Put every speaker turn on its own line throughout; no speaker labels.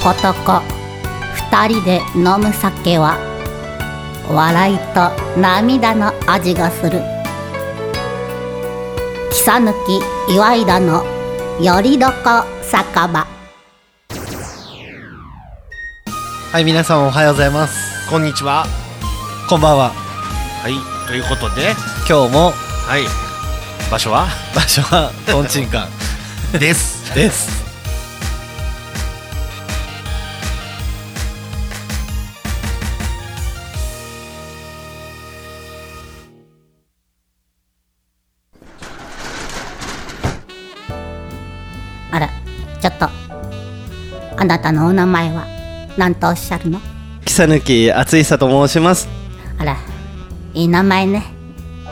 男二人で飲む酒は笑いと涙の味がする木さぬき岩井田のよりどこ酒場
はい、皆さんおはようございます。
こんにちは。
こんばんは。
はい、ということで、
今日も
はい、場所は
場所はトンチンカン
です。
です。
あらちょっとあなたのお名前は何とおっしゃるの
木さぬきあついさと申します。
あらいい名前ね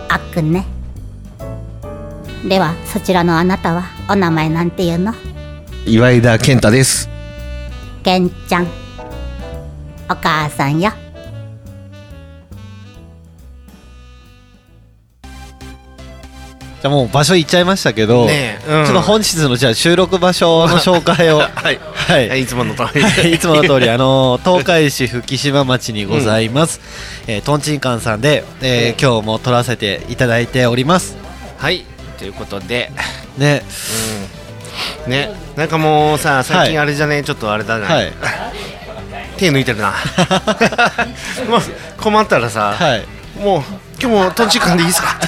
あっくんねではそちらのあなたはお名前なんていうの
岩井田健太です。
けんちゃんお母さんよ
じゃあもう場所行っちゃいましたけど、
ねえうん
ちょっと本日のじゃあ収録場所の紹介を
はい
はい。
はい、いつもの通 り。
はいいつもの通り、あのー東海市福島町にございます、えートンチンカンさんで、えー今日も撮らせていただいております
はい、ということで、
ね
うん、ね、なんかもうさ、最近あれじゃね、ちょっとあれだね、
はい
手抜い てるな。 もう困ったらさ、
はい
もう今日もトンチカンでい いですか。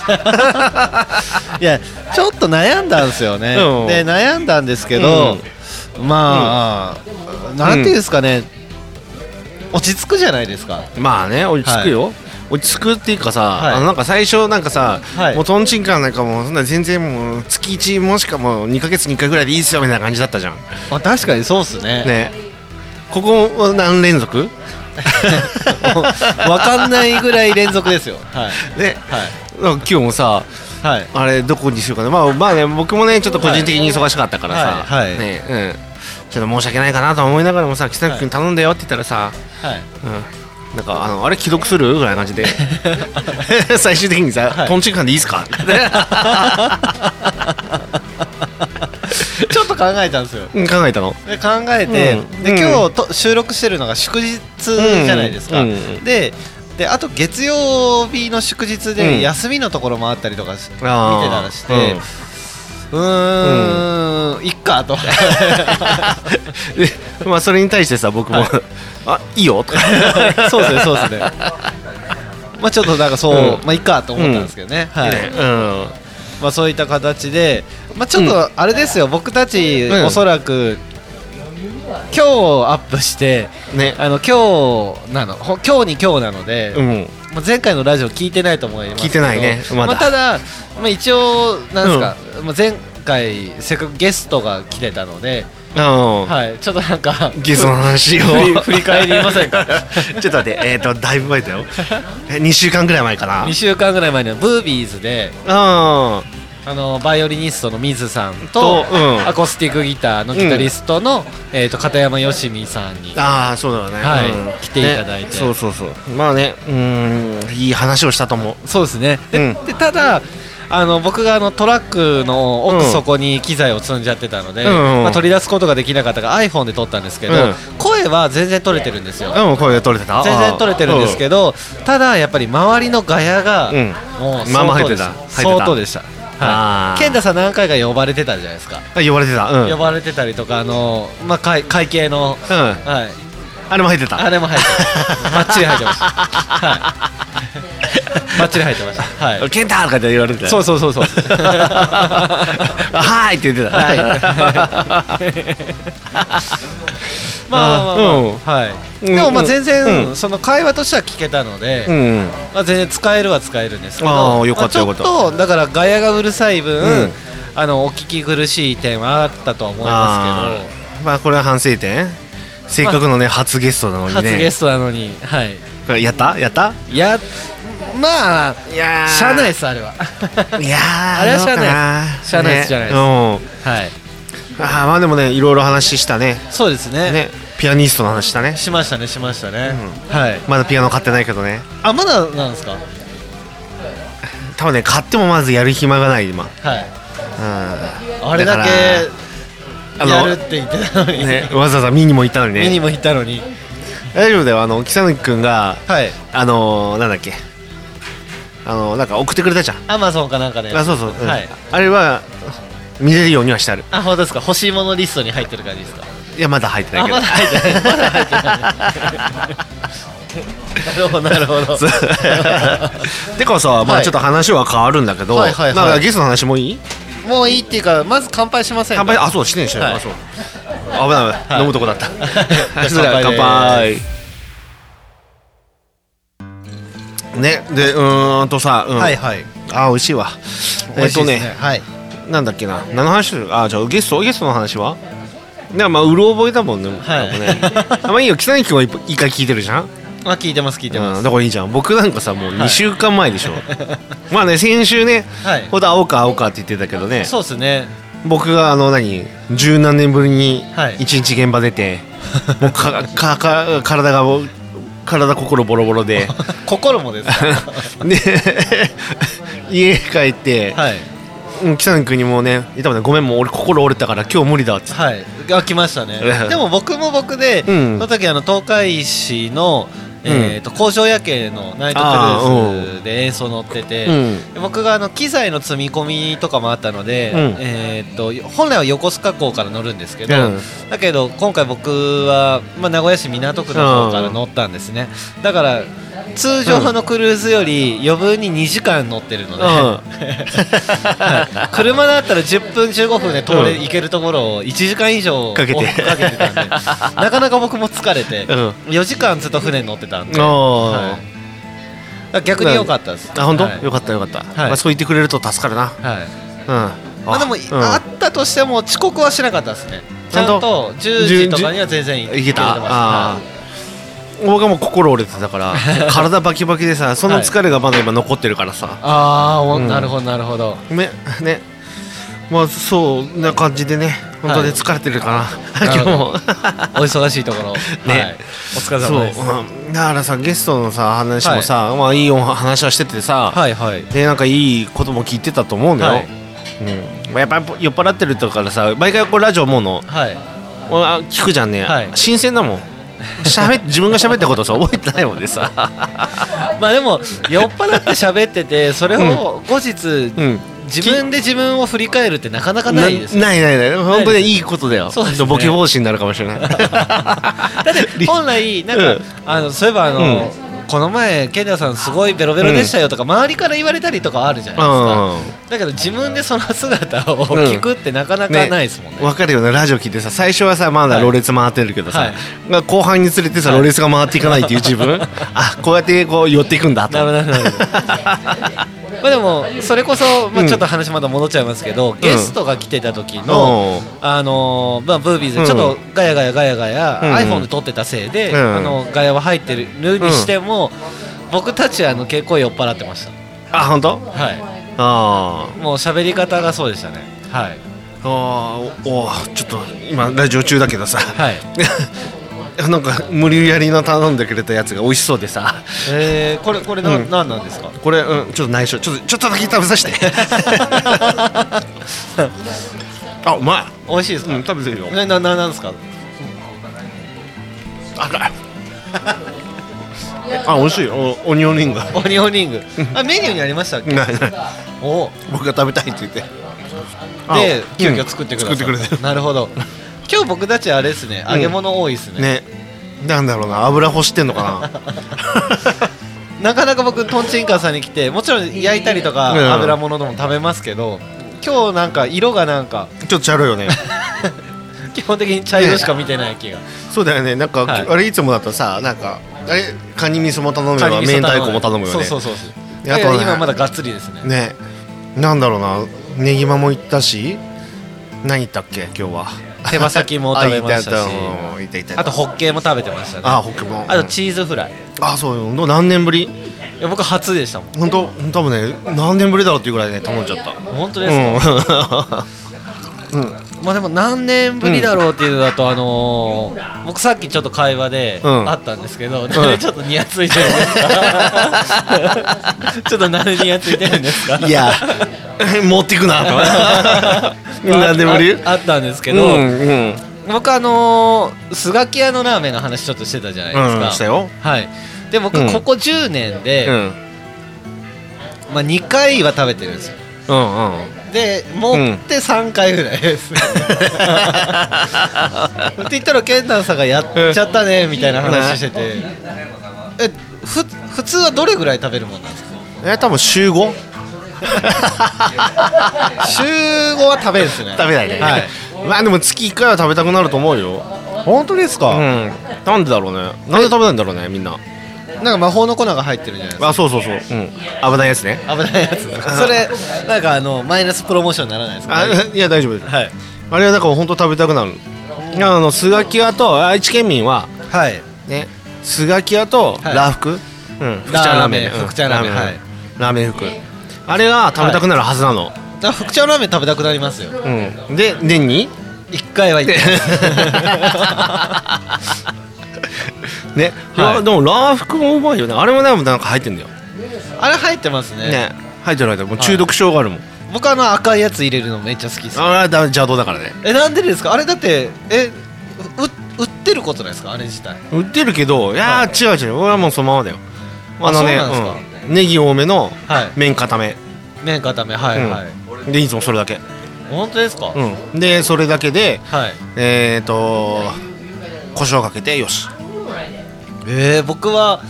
いやちょっと悩んだんですよね、
うん
で悩んだんですけど、まあ、なんていうんですかね、落ち着くじゃないですか
まあね、落ち着くよ。落ち着くっていうかさ、
はい
あのなんか最初なんかさ、
はい
もうトンチンカンなんかもうそんな全然もう月1もしかもう2ヶ月に1回ぐらいでいいっすよみたいな感じだったじゃん
まあ、確かにそうっすね
ねここも何連続
もう わかんないぐらい連続ですよはい
ね、
はい
今日もさ
はい
あれどこにしようかなまあまあね僕もねちょっと個人的に忙しかったからさ、
はいはい
ねうん、ちょっと申し訳ないかなと思いながらもさ北く君頼んだよって言ったらさ、
はい
うん、なんかあのあれ既読するぐらいな感 じで最終的にさ、
はい
トンチンカンでいいっ すか
ちょっと考えたんですよ
うん考えたの
で考えて、
うん
で
うん
今日と収録してるのが祝日じゃないですか、
うんうん
でであと月曜日の祝日
う
で
ん
休みのところもあったりとかし見てた
あー
らして
うん
うーん、いっかと
でまあそれに対してさ僕も、
はい
あいいよとか
そうですねそうですねまあちょっとなんかそう、
うん
まあいっかと思ったんですけどね、はい、
ねうん
まあそういった形でまあちょっとあれですよ、僕たち、
うん
おそらく今日アップして
ね
あの今日なのほ今日に今日なので、
うん
まあ前回のラジオ聞いてないと思いますけど
聞いてないね
ま
まだ
あ、ただ、まあ、一応なんですか、まあ、前回せっかくゲストが来てたので、
うん
はい、ちょっとなんか
ゲストの話を
振り振り返りませんか
ちょっと待ってえっ、とだいぶ前だよえ2週間ぐらい前かな
2週間ぐらい前にはブービーズで
うん
あのバイオリニストの水さんと
とうん
アコースティックギターのギタリストの、えー、と片山よしみさんに
ああそうだよね、
はい
うん
来ていただいて
ねそうそうそうまあねうーんいい話をしたと思う
そうですねで,、
うん
でただあの僕があのトラックの奥底に機材を積んじゃってたので、
うんうんうん
まあ、取り出すことができなかったが iPhone で撮ったんですけど、
うん
声は全然撮れてるんですよ、
うん声が取れてた
全然撮れてるんですけど、ただやっぱり周りのガヤが、
うん
もう
まあま
相当
あ
でし
入ってた
相当でした
あ
は
ー
い、健太さん何回か呼ばれてたじゃないですか、
ど呼ばれてたうん、
呼ばれてたりとかあの、まあ、会会計の、
うん、
はい、
あれも入ってた
あれも入って ますバッチリ入ってました、はい、バッチリ入ってました、はい、
ケンタとかって言われてた
そううそうそうそう。
はーいって言ってた、
まあまあまあ、
うん
はい。
うん
でもまあ全
う
然
ん
その会話としては聞けたので、
うん
まあ全然使えるは使えるんですけど、
あーよかった
まあ
よかった
ちょっとだからガヤがうるさい分、
うん
あのお聞き苦しい点はあったとは思いま
あ
す
ーまあこれは反省点せっかくのね、初ゲストなの
け
に
ど、
ね
初ゲストなのに、はい。
これやったやった
いや、まあ
いや
しゃあない
い
ですあれ は。
いやー
あれは
どうかな
しゃあないですしゃあないですはい。
ねうんあーまあでもねいろいろ話したね
そうですね。
ねピアニストの話したね
しましたねしましたね、はい。
まだピアノ買ってないけどね
あまだなんですか。
多分ね買ってもまずやる暇がない今、うん、
はい。あれだ
だ
け
かあ
や
の
るって言ってたの に、
ね、わざわざ見にも行ったのに
目に
ね
も行ったのに
大丈夫だよあの木更木君が
はい
あのー、なんだっけあのー、なんか送ってくれたじゃん
アマゾンかなんかで
あそうそう、うん
はい
あれは見れるようにはしてある
あ本当ですか欲しいものリストに入ってる感じですか
いやまだ 入って
あ
ないけど
まだ入ってないまだ入ってないなるほどなるほど
てかさ、ま
は
あ
い
ちょっと話は変わるんだけど、
はいはいはい
なんかゲストの話もいい
もういいっていうかまず乾杯しませんか
乾杯あそうしてんしてん、
はい
あそう危ない危ない、
はい
飲むとこだった
はい
それでは乾
乾
杯
杯
ねでうーんとさ、うん
はいはい
あ美味しいわ
美
えっ
味し
と
いです
ね
はい
なんだっけな何の話するあじゃあゲストゲストの話はねまあうろ覚えだもんね,、
はい
ねまあいいよ北谷君はいっぱい一回聞いてるじゃん
あ聞いてます聞いてます
うんだからいいじゃん僕なんかさもう
は
2
い
週間前でしょ、まあね先週ね、
はい
ほど青か青かって言ってたけどね
そうですね
僕があの何十何年ぶりに
はい
一日現場 出て、もうかかか体がもう体心ボロボロで
心もです
で 家帰って、
はい
うん北野君にもね「いたもねごめんもう俺心折れたから今日無理だ」っつって
はいあ来ましたねでも僕も僕で、
うん
その時あの東海市の、えー、と工場夜景のナイトクルーズで演奏乗ってて、
うん
で僕があの機材の積み込みとかもあったので、
うん
えー、と本来は横須賀港から乗るんですけど、
うん
だけど今回僕は、まあ、名古屋市港区の方から乗ったんですね、だから通常のクルーズより余分に2時間乗ってるので、はい車だったら10分15分で通れ、
うん
行けるところを1時間以上
かけて
往復かけてたんでなかなか僕も疲れて、
うん
4時間ずっと船に乗ってたんで、
ああ、
はいだから逆に良かったです
あ本当、
はい
よかったよかった、
はい
まあ、そう言ってくれると助かるな
はい
うん
まあでも、
うん
あったとしても遅刻はしなかったですねち
ちゃ
ゃ
ん
ん
と
と10時とかには全然行
いけた
てま
ああ僕はもう心折れて たから体バキバキでさその疲れがまだ今残ってるからさ、
あー、お
うん
なるほどなるほど
ねねまあそんな感じでね本当に疲れてるかな、
はい
今日も
お忙しいところ、
ね
はい、お疲れ
そ
様
う
です
うんだからさゲストのさ話もさ、まあいいお話はしててさ、
はいはい
でなんかいいことも聞いてたと思うんだよ、
はい
うんまあ、やっぱ酔っ払ってるとからさ毎回こうラジオもうの
はい
俺あ聞くじゃんね、
はい
新鮮だもん喋っ自分が喋ったことさ覚えてないもんでさ
まあでも酔っ払って喋っててそれを後日
うん
自分で自分を振り返るってなかなかないですよ
ないないない本当にいいことだよ
そうですね
ボケ防止になるかもしれない
だって本来なんか、
うん
あのそういえばあの、この前ケンダさんすごいベロベロでしたよとか、周りから言われたりとかあるじゃないですか、
う
だけど自分でその姿を聞くってなかなかないですもんね,、
んわかるよねラジオ聞いてさ最初はさまだ
はい
ろれつ回ってるけどさ、
はい
が後半につれてさ
はい
ろれつが回っていかないっていう自 分あこうやってこう寄っていくんだと
なるほどなるほど まあでもそれこそ、まあ、ちょっと話まだ戻っちゃいますけど、ゲストが来てた時の、
の
あのーまあ、ブービー
うん
ズちょっとガヤガヤガヤガヤ、
うん
iPhone で撮ってたせいで、
うん
あのガヤは入ってるにしても、僕たちあの結構酔っ払ってました
あ本当
は
あ
いもう喋り方がそうでしたねはい
ーあーおおちょっと今ラジオ中だけどさ、
はい
なんか無理やりな頼んでくれたやつが美味しそうでさ
えー、これこれな、、
うんん
何なんです か
これ、うん、ちょっと内緒ちょっとちょっとだけ食べ させてあうま
美味しいです
い、
か、
うん、食べてるよ
ななななんですか
あらあ美味しいよおオニオンリング
オニオンリングあメニューにありましたっけ
ないない
おお
僕が食べたいって言って
で
あ
急
う
遽
ん
作ってください、
作ってくれて
なるほど今日僕たちあれですね揚げ物多いですね,、
るねなんだろうな油欲してんのか
なかなか僕とんちんかんさんに来てもちろん焼いたりとか、
うん
油物でも食べますけど今日なんか色がなんか
な ちょっとチャロいよね
基本的に茶色しか見てない気が、
そうだよねなんか、
はい
あれいつもだとさなんかあれカニ味噌も頼む
カニ
わ
味噌
明太子も頼むよね
そうそうそうそう
であとはね
いや今まだがっつりですね
ねなんだろうなネギマも行ったし何行ったっけ今日は
手羽先も食べましたし
あいたいたいた
あとホッケも食べてましたね
あ北も
あとチーズフライい
あそうよほんと何年ぶり
や僕初でしたもん
本当多分ね何年ぶりだろうっていうぐらいね頼んじゃった
本当ですか、
う
まあでも何年ぶりだろうっていうのだと、あのー僕さっきちょっと会話で
うん
あったんですけど、なん でちょっとニヤ ついてるんですかちょっとなんでニヤついてるんですか
んいや持っていくなと 何でも理由
ああったんですけ
う
ど、
んうん
僕あのー、スガキ屋のラーメンの話ちょっとしてたじゃないですか、
うんしたよ
はいで僕
うん
ここ10年で、
うん
まあ、2回は食べてるんですよ
うんうん
で持って3回ぐらいです、って言ったら健太さんがやっちゃったねみたいな話してて、えふ普通はどれぐらい食べるもんなんですか
え多分週 5?
週5は食べるんですね
食べないね、
はい、
まあでも月1回は食べたくなると思うよ
本当です
う
か、
んなんでだろうねなんで食べないんだろうねみんな
なんか魔法の粉が入ってるじゃないですか
あそうそうそう、うん、危ないやつね
危ないやつそれなんかあのマイナスプロモーションにならないですか
あ いや大丈夫です
はい
あれはだから本当食べたくなるあのスガキ屋と愛知県民は
はい
ねスガキ屋と
はい
ラー福、うん福ちゃんラーメン
ラーメン
うん
福ちゃんラーメン
ラ
はい
ラーメン福あれが食べたくなるはずなの、
だから福ちゃんラーメン食べたくなりますよ
うんで年に
一回は行 ってます
ね、
はい
ラでもラー福もうまいよねあれもねなんか入ってんだよ
あれ入ってますね
ね入ってる入ってるもう中毒症があるもん、
僕あの赤いやつ入れるのめっちゃ好きです
あれはダメ邪道だからね
えなんでですかあれだってえう売ってることないですかあれ自体
売ってるけどいやー、違う違う俺はもうそのままだよ
あ
あのね
そうなんで
うんネギ多めの
はい
麺固め、
麺固めはいはい、
うん、でいつもそれだけ、
本当ですか、
うん、でそれだけで
はい
えっ、ー、と胡椒かけてよし
えー、僕は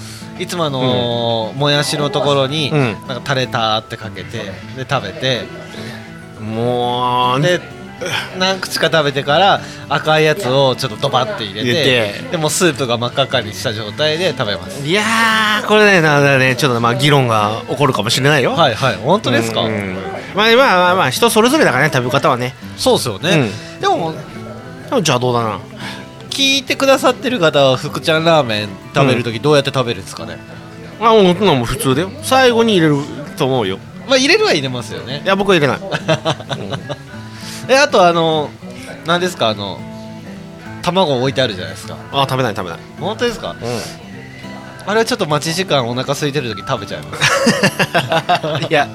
いつもあのーもやしのところに、
うん
なんかタレたーってかけてで食べて
もう
で何口か食べてから赤いやつをちょっとドバッて入れて
入れて
でもうスープが真っ赤っかにした状態で食べます
いやーこれねなんだねちょっとまあ議論が起こるかもしれないよ、
はいはい本当ですか、
うんうんまあまあまあまあ人それぞれだからね食べ方はね
そうですよね、でも
でも邪道だな
聞いてくださってる方は福ちゃんラーメン食べるときどうやって食べるんですかね、
あもうそんなもん普通だよ最後に入れると思うよ
まあ入れるは入れますよね
いや僕は入れない
えあとあの何ですかあの卵置いてあるじゃないですか
あ食べない食べない
本当ですか、あれはちょっと待ち時間お腹空いてる時食べちゃいます
いや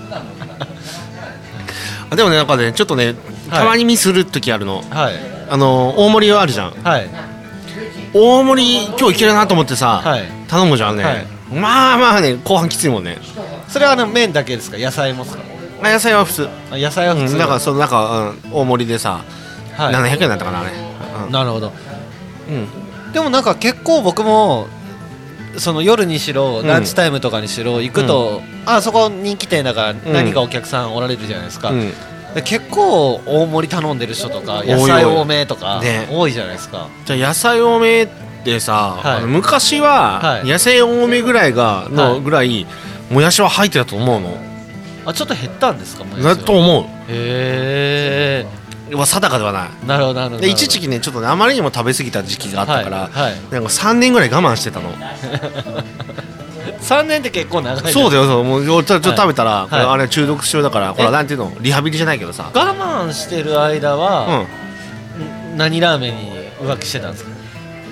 あでもねなんかねちょっとねたまにミスる時あるの、
はい
あの大盛りあるじゃん
はい
大盛り今日いけるなと思ってさ、
はい
頼むじゃんね、
はい
まあまあね後半きついもんね
それはあの麺だけですか野菜もですか
あ野菜は普通
あ野菜は普
う
通
ん、だからそのなんか、うん、大盛りでさ、
はい
700円だったかなあれ、
なるほど
うんうん
でもなんか結構僕もその夜にしろ
ん
ランチタイムとかにしろ行くと、あそこ人気店だから何かお客さんおられるじゃないですか、
うん
で結構大盛り頼んでる人とか
いおい
野菜多めとか
ね
多いじゃないですか、
じゃあ野菜多めってさ、
はい
あの昔は
はい
野菜多めぐらいが
はい
のぐらいもやしは入ってたと思うの、
あちょっと減ったんですかもや
だ
しは
と思
へ
うは定かではない
えなるほどなるほど
で一時期ねちょっとねあまりにも食べ過ぎた時期があったから、
はいはい
なんか3年ぐらい我慢してたの
3年って結構長いです
そうだよそうもう俺ちょっと
はい
食べたら、こ
は
れ
い
あれ中毒症だからこれ
え
なんていうのリハビリじゃないけどさ
我慢してる間
う
は、
ん
ん何ラーメンに浮気してたんですか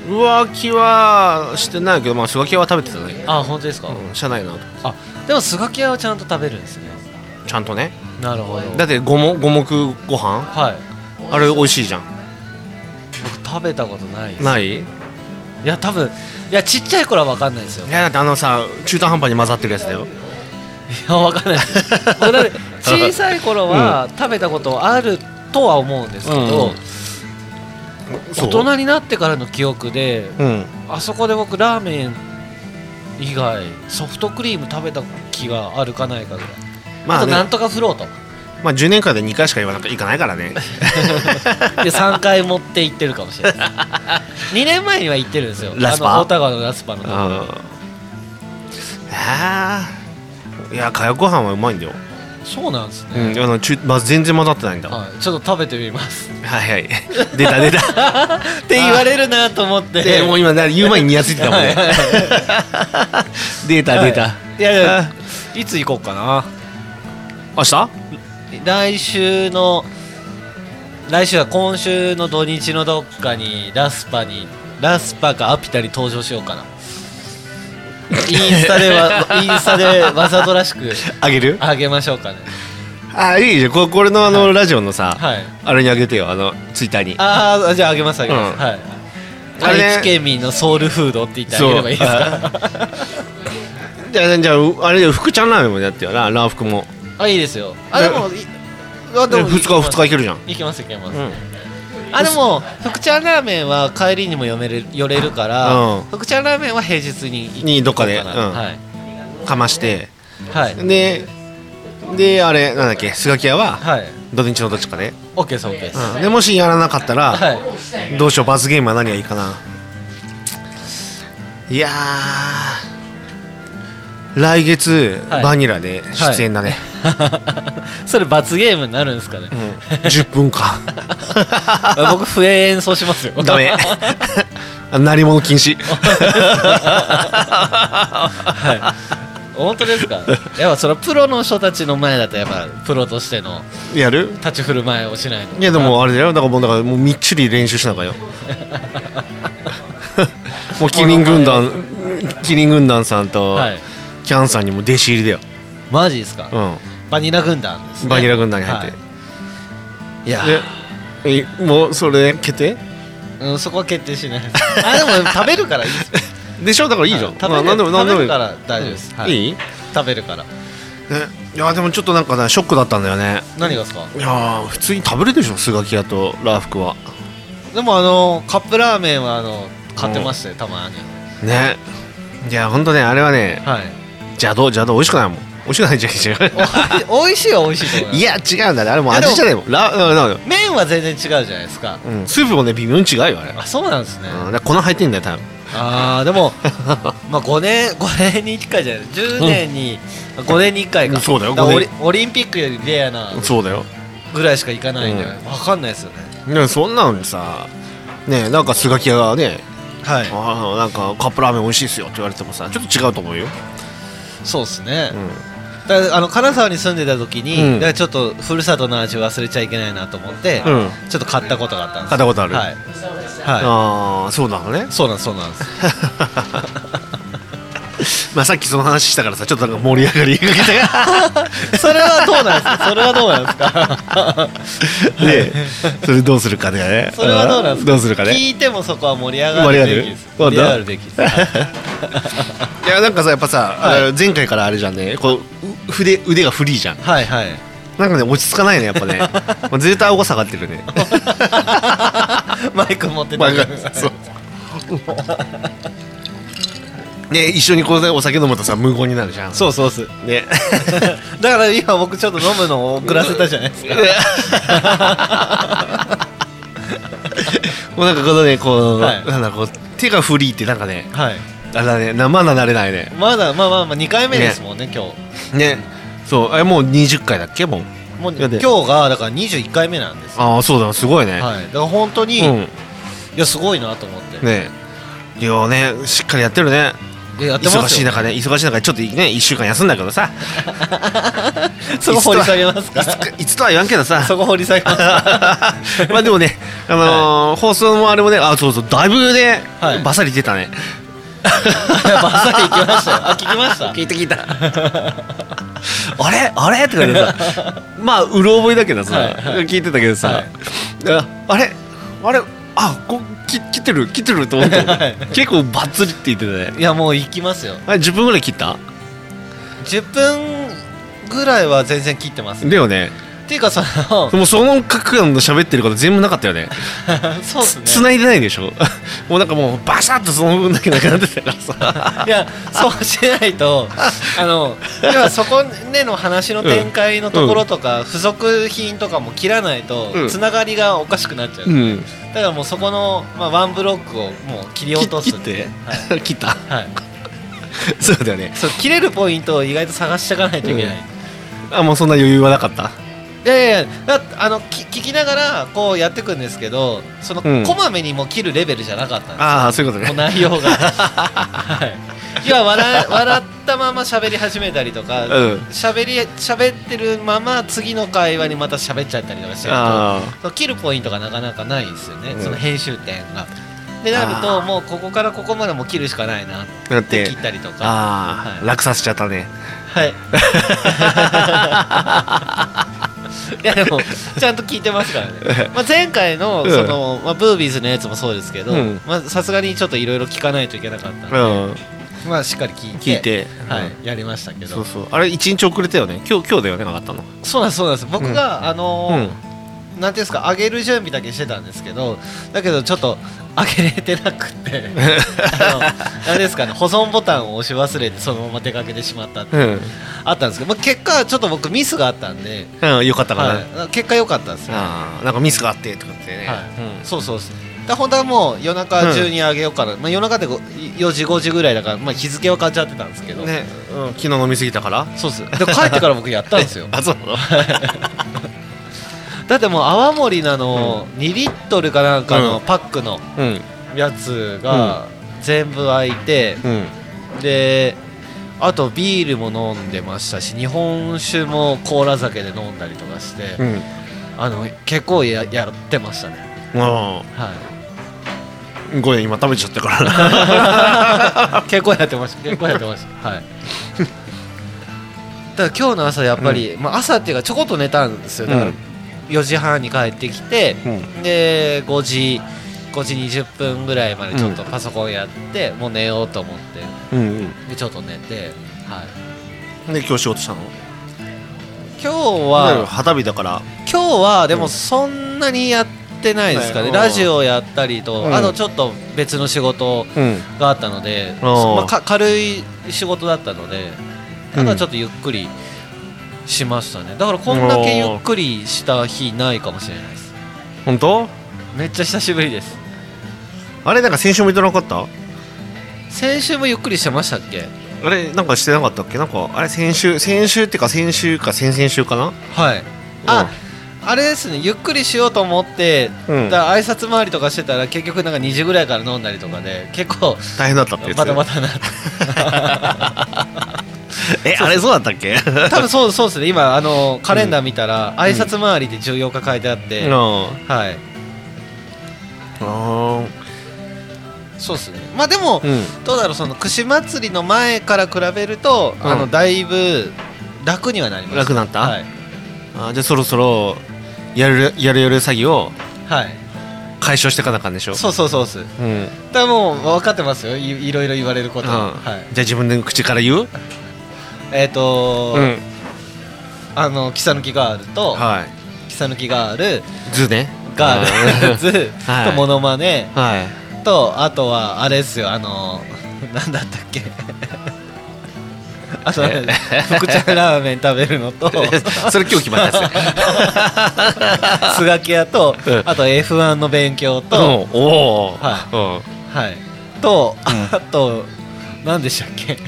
浮気はしてないけどまあ浮気は食べてたね
あ本当ですか、
うんしてないなと
あでもスガキ屋はちゃんと食べるんですね
ちゃんとね
なるほど
だって五目五目ご飯
はい
あれ美味しいじゃん
僕食べたことないです
ない
い
い
や多分いやちっちゃい頃は分かんないですよい
やだってあのさ中途半端に混ざってるやつだよ
や分かんないです 僕だって小さい頃は食べたことあるとは思うんですけど、
うん
大人になってからの記憶で
うん
あそこで僕ラーメン以外ソフトクリーム食べた気があるかないかぐらいあ,、
まあ
となん
ね
とかフロート
まあ10年間で2回しか言わなきゃいかないから ね
で3回持って行ってるかもしれない2 年前には行ってるんですよ
ラスパ
あの大田川のラスパのとこ
ああーいやかやご飯はうまいんだよ、
そうなんですね、
うん、あの中まあ、全然混ざってないんだは
はい、ちょっと食べてみます
いはい 出た出た
って言われるなと思って
でもう今な言う前にニヤついてたもんね出た出た、
はいいやいやいつ行こうかな
明日
来週の来週は今週の土日のどっかにラスパにラスパかアピタに登場しようかな インスタではインスタでわざとらしく
あげる
あげましょうかね
あいいじゃんここれのあの、ラジオのさ、
はい
あれにあげてよあのツイッターに
ああじゃああげますあげます、
うん
はい
あれね
愛知県民のソウルフードって言ってあげればいいですか
じゃあじゃああれで福ちゃんラーメンもやってよなラー服も
あいいですよあでもいあ
2日2日いけるじゃん
いきますいけます、
うん
あでも福ちゃんラーメンは帰りにも寄めれ寄れるから、
うん
福ちゃんラーメンは平日に行こう
にどっかで
な
うん
はい
かまして
はい
でであれなんだっけスガキ屋は
はい
土日のどっちかで、
オッケーですオッケーです、
でもしやらなかったら、
はい
どうしよう罰ゲームは何がいいかな。いやー、来月、
はい
バニラで出演だね。
それ罰ゲームになるんですか ね、
10分間。
僕笛演奏しますよ
ダメ。鳴り物禁止。
本当ですかやっぱそのプロの人たちの前だとやっぱプロとしての
やる？
立ち振る舞いをしないと
いやでもあれだよ。だからもうだからもうみっちり練習しなが らよ。もうキリン軍団、キリン軍団さんと、
はい
キャンさんにも弟子入りだよ。
マジですか、
うん。
バニラ軍団ですね
バニラ軍団に入って、
いや
でえもうそれ決定
うん、そこは決定しないです あでも食べるからいいですよ
でしょだ からいいじゃん、
はい
まあ、何でも何で
食
も
べ
い
る
い
から大丈夫です、はい、
いい、
食べるから
いやでもちょっとなんかねショックだったんだよね
何がですか
いやー普通に食べるでしょスガキ屋とラーフクは
でもあのカップラーメンはあの買ってましたよたまに
ねいやほんとねあれはね
はい
邪道邪道美味しくないもん美味しくないじゃん違
お い美味しいは美味しいと思いま
う
す
いや違うんだねあれもう
いやでも
味じゃないもんラーうんなんだ
麺は全然違うじゃないですか
うん、スープもね微妙に違うよあれ、うん、だか
あそうなんですね、
ら粉入ってんだよ多分
ああでも まあ5年五年に1回じゃない10年に、5年に1回か
そうだよ
から
5
オリ
年
オリンピックよりレアな
そうだよ
ぐらいしか行かないんで、わかんないですよね
でもそんなのにさねなんかスガキ屋がね
はい
あーなんかカップラーメン美味しいですよって言われてもさちょっと違うと思うよ、
そうですね、
うん、
だからあの金沢に住んでた時に、
うん
だからちょっとふるさとの味忘れちゃいけないなと思って、
うん
ちょっと買ったことがあったんです
買ったことある
はい、は
ああそうなのね
い、そうなんですそうなんです
まあさっきその話したからさちょっとなんか盛り上がりか けたが
それはどうなんですかそれはどう なんですか
でそれどうするかだよね
それはどうなんですか
どうするかね
聞いてもそこは盛り上がるべきです盛り上
盛り上
が
が
る
る
べきですはい
いやなんかさやっぱさ、
はい
あの前回からあれじゃんねこうう筆腕がフリーじゃん
はい はい
なんかね落ち着かないねやっ ぱねもうずっと顎下がってるね
マイク持ってた
なんかそうね一緒にこうねお酒飲むとさ無言になるじゃん
そうそうそうっ
ね
すだから今僕ちょっと飲むのを遅らせたじゃないですか
もうなんかこのねこう、
はい
なんだろうこう手がフリーってなんかね
はい
あれだねなまだ慣れないね
まだまあまあまあ2回目ですもんね今日
ねそうえもう20回だっけもう
もう
いやで
今日がだから21回目なんですよ
ああそうだなすごいね、
はいだから本当に、
うん
いやすごいなと思って、
ねいやねしっかりやってるね
でやってますよ
忙しい中ね忙しい中でちょっとね1週間休んだけどさ
そこ掘り下げますか
いつかいつとは言わんけどさ
そこ掘り下げます か
まあでもね、あのー放送もあれもねあそうそうだいぶね、
はい
バサリ出たね
バッサリ行きましたよあ聞きました
いた聞いたあれあれとか言って さまあうろ覚えだけどさ、
はいは
聞いてたけどさ、
はい
ああれあれあこき切ってる切ってると思って
はい
結構バッツリって言ってたね
いやもう行きますよ
あれ10分ぐらい切った
10分ぐらいは全然切ってます
だよね
っていうかその
もうその角度の喋ってること全部なかったよね
そうですね
繋いでないでしょ もうなんかもうバシャッとその分だけなくなってたからさ
いやそうしないとあの要はそこでの話の展開のところとか、付属品とかも切らないと
うん
つながりがおかしくなっちゃう、
うん
だからもうそこの、まあ、ワンブロックをもう切り落とす
切っ
ん
て
で、
切った
はいはい、
そうだよね
そう切れるポイントを意外と探していかないといけない、
あもうそんな余裕はなかった
いやいやいやだあのき聞きながらこうやっていくんですけどその、
うん
こまめにもう切るレベルじゃなかったんです
ああそういうこと
もう
ね
内容が、はい、要は笑笑ったまま喋り始めたりとか
うん
喋、り喋ってるまま次の会話にまた喋っちゃったりとかしてると
あ
その切るポイントがなかなかないですよね、
うん
その編集点がってなると
あー
もうここからここまでもう切るしかないなっ
だってて
切ったりとか
ああ、
はい
落札しちゃったね
はい いやでもちゃんと聞いてますからね、まあ、前回の
うん
その、まあ、ブービーズのやつもそうですけど
うん
まあさすがにちょっといろいろ聞かないといけなかったんで、
うん
まあしっかり聞いて
聞いて、
は
うん
い、やりましたけど
そうそうあれ一日遅れたよね今日今日だよね上がったの
そうなんですそうなんです僕が、あの
う
ー
ん
なんていうんですか上げる準備だけしてたんですけどだけどちょっと上げれてなくて あのあれですかね保存ボタンを押し忘れてそのまま出かけてしまったって
うん、
あったんですけど、まあ、結果ちょっと僕ミスがあったんで、
うん、よかったかな、
はい、結果良かったんですよ、
あーなんかミスがあってとかってね、
はいそうそうそうだ本当はもう夜中中に上げようかな、まあ、夜中でご4時5時ぐらいだから、まあ、日付は変わっちゃってたんですけ
う
ど、
んね、うん、昨日飲みすぎたから
そうっすで帰ってから僕やったんです よ
あそうなの
だってもう泡盛なの2リットルかなんかの
うん
パックの
うん
やつが全部空いて、
うん
であとビールも飲んでましたし日本酒もコーラ酒で飲んだりとかして、
うん
あの結構ややってましたね、
も
は
うごめん今食べちゃったから な
い、 結構やってました結構やってました はいだから今日の朝やっぱり、まあ、朝っていうかちょこっと寝たんですよだか
う
ら
ん
4時半に帰ってきて、で5時5時20分ぐらいまでちょっとパソコンやって、もう寝ようと思って
うんうん
でちょっと寝て、はい、
で今日仕事したの
今日
は
は
旗日だから
今日はで
う
も
ん
そんなにやってないですかね、
うん
ラジオやったりと、
うん
あとちょっと別の仕事
うん
があったので、
あー
まあか軽い仕事だったのでただちょっとゆっくりしましたねだからこんだけゆっくりした日ないかもしれないです
本当
めっちゃ久しぶりです
あれなんか先週も言ってなかった
先週もゆっくりしてましたっけ
あれなんかしてなかったっけなんかあれ先週先週っていうか先週か先々週かな
はいああれですねゆっくりしようと思って、
うん
だから挨拶回りとかしてたら結局なんか2時ぐらいから飲んだりとかで結構
大変だったってやつ
バタバタな
えあれそうだったっけ
多分そうそうですね今あのカレンダー見たら、挨拶回りで14日書いてあ って、
うん
はい
あ
そうですねまあでも、
ーうん
どうだろうその串祭りの前から比べると、
うん
あのだいぶ楽にはなりました
楽になった
はい、
あじゃあそろそろやるやるやる詐欺を
はい、
解消していかなあかんでしょ
そうそうそうっすだか
う、ん
らもう分かってますよいいろいろ言われること、
うん
はい
じゃあ自分の口から言う
えっ、と
ん
あのキサヌキガールと、
はい
キサヌキガール
図ね
ガー ルズ、
はい
とモノマネ
うんはい
とあとはあれですよあのなんだったっけ あと
え
福ちゃんラーメン食べるのと
それ今日決まったやつね
スガキ屋と
うん
あと F1 の勉強
うん
と、
おお
ははいとあと何でしたっけ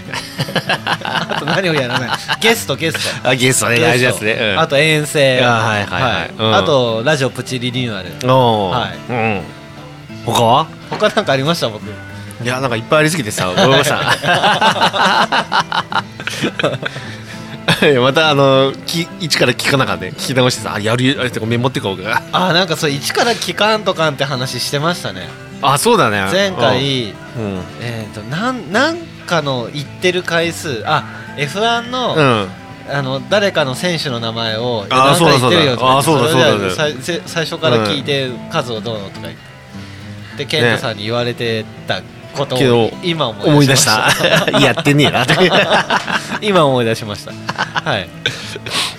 あと何をやらないゲストゲスト
あゲストね大事なやつねうん
あと遠征
あはいはいはいうん
あとラジオプチリニューアル
おお、
はい
うん他は
他なんかありました僕
いやなんかいっぱいありすぎて さごめんなさいいやまたあのき一から聞かなかったね聞き直してさあやるあれとかメモってこうか
あなんかそう一から聞かんとかんって話してましたね
あそうだね
前回
うんうん
えっとなんなんかの言ってる回数あ F1 の,、
うん
あの誰かの選手の名前を
あー
何か言ってるよとか
そうだそうだあーそうだそうだ
それでさいせ最初から聞いて数をどうのとか言ってで健太さんに言われてたこと
け
を
ど
今思
思
い
い
出
出
し
し
ま
た
した
やってねえなって
今思い出しましたはい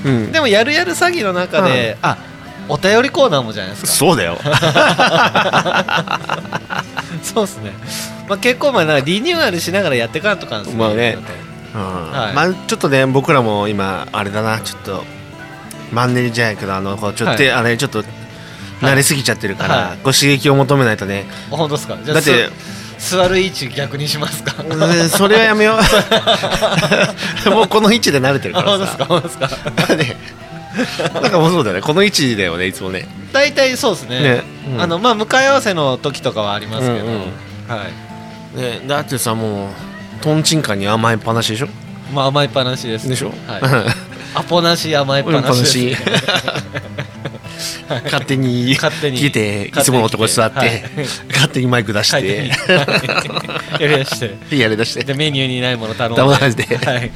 うん
でもやるやる詐欺の中で、あお便りコーナーもじゃないで すか
そうだよ
そうですね、まあ、結構まあなんかリニューアルしながらやってかんとかなんです
まあねうん
はい
まあちょっとね僕らも今あれだなちょっとマンネリじゃないけどあのこうちょっ
はい
と手あれちょっと慣れすぎちゃってるから、
はい
こう刺激を求めないとね
あ本当ですかじゃあ
だって
す座る位置逆にしますか
うーん それはやめよ うもうこの位置で慣れてるか
あ本当
ら
です
さ
か本当ですか
ねなんかもうそうだよねこの位置だよねいつもね
大体そうですね
ねうん
あのまあ向かい合わせの時とかはありますけど、
うんうん
はい
ねだってさもうとんちんかんに甘えっぱなしでしょ
まあ甘いっぱなしです
でしょ、
はい、アポなし甘いっぱなしです、
甘いっぱなし勝手に
勝手に
来て
勝手に
い
来て
つものとこ座って、
はい
勝手にマイク出し
書いて
て
やりだして
やりだして
でメニューにないもの頼んで
黙らせて
はい、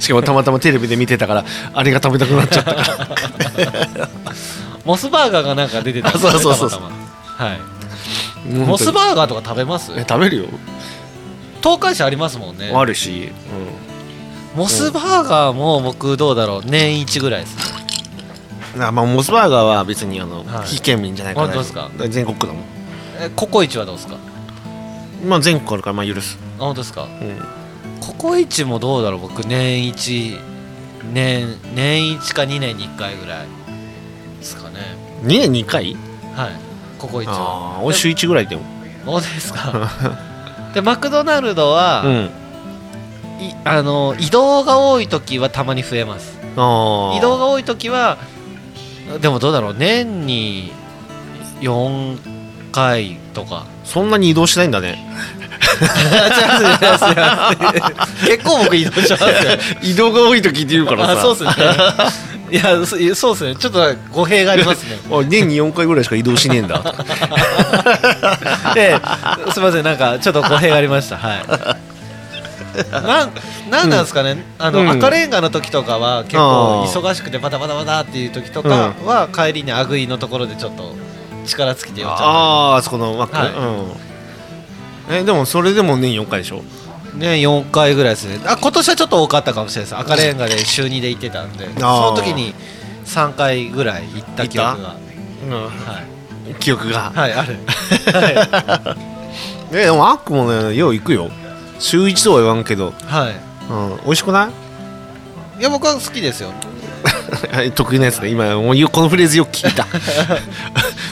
しかもたまたまテレビで見てたからあれが食べたくなっちゃったから
モスバーガーがなんか出てたんですよ
あそうそうそ
た
う
またまはい
もう
モ
本当
ス
に
バーガーとか食べます
え食べるよ
東海市ありますもんね
あるし、
モスバーガーも僕どうだろう年一ぐらいですね
うん、あまあモスバーガーは別にあの、
はい
非県民じゃないから
本当ですか
全国区だもん
えココイチはどうですかあ
まあ全国あるからまあ許す、
本当ですか
うん、
ココイチもどうだろう僕年一年年一か2年に1回ぐらいですかね
2年に1回
はいココイチは
ああ俺週1ぐらいでも
そうです かでマクドナルドは、
うん
いあの移動が多い時はたまに増えます
ああ
移動が多い時はでもどうだろう年に4回と か
そんなに移動しないんだね
結構僕移動しますよ
移動が多い時って言う から
あ
さ
そうっすね いやそそうっすねちょっと語弊がありますね
あ年に4回ぐらいしか移動しね えんだ
ええすいませんなんかちょっと語弊がありました はいなんなんなんですかね、あの
うん
赤レンガの時とかは結構忙しくてバタバタバタっていう時とかは帰りにあぐいのところでちょっと力尽きてよっちゃ
あああそこのマック、うんえでもそれでも年4回でしょ
うね4回ぐらいですねあ今年はちょっと多かったかもしれないです赤レンガで週2で行ってたんでその時に3回ぐらい行った記憶が
う
はい、
ん記憶が
はい、あるは
えでもアックもねよう行くよ週1とは言わんけど、
い、はい
うん、美味しくない
いや僕は好きです よ。
はい 得意なやつね今もうよこのフレーズよく聞い た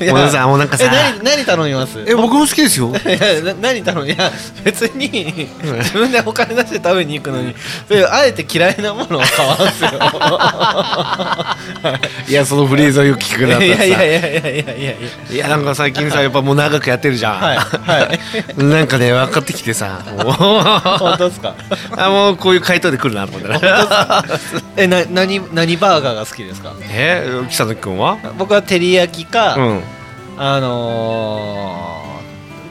いや
もうさもうなんかさ
え何何頼みます？
え僕も好きですよ
いやな何頼むいや別に自分でお金出して食べに行くのにであえて嫌いなものを買わんすよ
いやそのフレーズをよく聞く
い
な
や
った
い
らさ
やいやいやいやいやいや
いやなんか最近さやっぱもう長くやってるじゃん、
はいはい
なんかね分かってきてさもうあ
本当ですか
もうこういう回答で来るなと思ってた
えな何何バーガーが好きですか
え北野君は
僕は照り焼きか、
うん
あの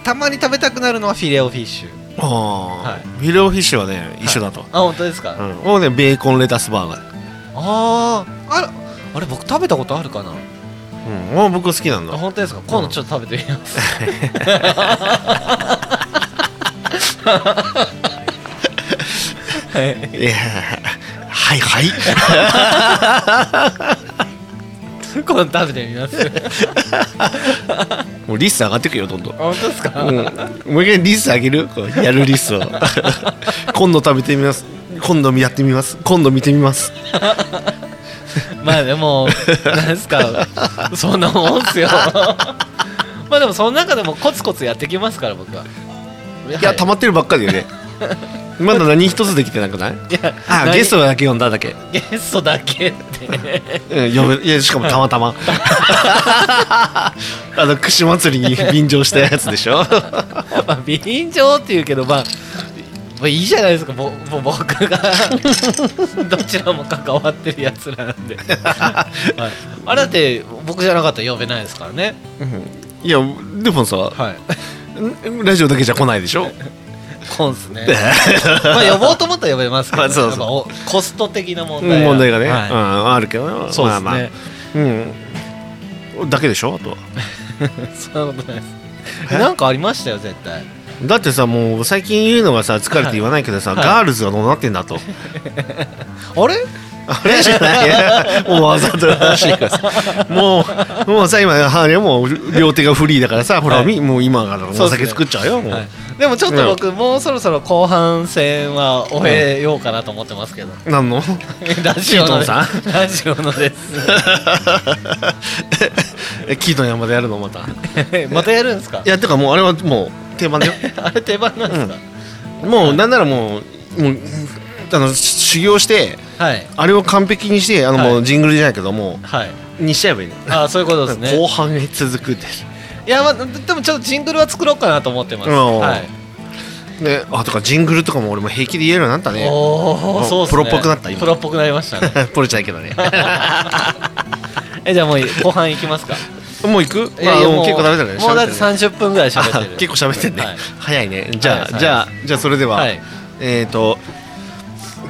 ー、たまに食べたくなるのはフィレオフィッシュ
ああ、
はい
フィレオフィッシュはね一緒だと、
あ本当ですか、あ
うん、もうねベーコンレタスバーガー
あーあれあれ僕食べたことあるかな
うんもう僕好きなん
あ
だ
本当ですか今度ちょっと食べてみます、はい
いやは いはい
今度食べてみます
もうリスト上がってくよどんどん
本当ですか、
うん、もう一回リスあげるこうやる リスを今度食べてみます今度やってみます今度見てみます
まあでもなんですかそんなもんっすよまあでもその中でもコツコツやってきますから僕はい
や溜
ま
まってるばっかりだよねまだ何一つできてなくないあゲストだけ呼んだだけ、
ゲストだけって
うん、呼ぶいやしかもたまたま あの串祭りに便乗したやつでしょ
まあ便乗っていうけどまあまあいいじゃないですかもうもう僕 がどちらも関わってるやつらなんで、はい、あれだって僕じゃなかったら呼べないですからね
いやでもさ、
はい
ラジオだけじゃ来ないでしょ
コンスね まあ呼ぼうと思ったら呼べますけど、
まあそうそう
やっぱおコスト的な問題
問題がね、
はい
うん、あるけど
そうですね、
まあまあうんだけでしょあとは
そんなことないですなんかありましたよ絶対
だってさもう最近言うのがさ疲れて言わないけどさ、
はい
ガールズはどうなってんだと
あれ
あれじゃないもうわざとらしいからさもうもうさ今ハーレーもう両手がフリーだからさほら、
はい
みもう今からお
そうですね
酒作っちゃうよもう
はいでもちょっと僕、もうそろそろ後半戦は終えようかなと思ってますけど、
なんの
ラジオの
キートン
ラジオのです
えキートン山でやるの またい
またやるんですか
やてかもうあれはもう定 番だよ
あれ定番なんですか、
もうなんならもうもうあの修行して
はい
あれを完璧にしてあの、も
は
うジングルじゃないけども
はいう
にしちゃえばいいの
ああそういうことですね
後半へ続くです
いやまあでもちょっとジングルは作ろうかなと思ってます、
うん
はい、
ね、あとかジングルとかも俺も平気で言えるようになったね
おお
あ
そうっすね
プロっぽくなった今
プロっぽくなりましたね
ポルちゃんいけどね
えじゃあもう後半いきますか
もう行く
いやいや
あも
も
う
う
結構食べたね
もうだって
喋っ
30分ぐらい喋
た
って
ね
る
あ結構喋ってんね、
はい
早いねじゃあ、
はい
じゃあじゃあそれでは、
はい
えっ、ー、と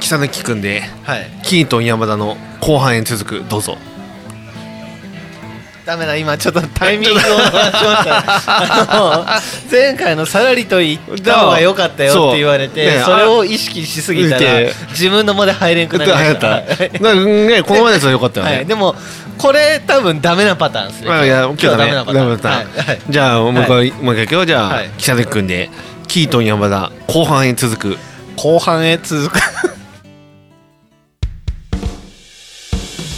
草抜きくんで
はい
キートン山田の後半へ続くどうぞ
ダメだ今ちょっとタイミングを忘れましたあの前回のさらりと言った方が良かったよって言われて
そうね
それを意識しすぎたら
見て
自分の間で入れんくなりま
流行
し
ったたなんかねこの前のやつは良かったよ
は
ね、
いはいでもこれ多分ダメなパターンですね
まあ、いや、今日
今日
だ
ダ
ね
メな。パタ
ダメ
ー
だっ
ン
た
はいはい
じゃあ、もう一回、もう一回今日、じゃあ
はい、
北崎くんで、キートン山田、後半へ続く。
後半へ続く
「切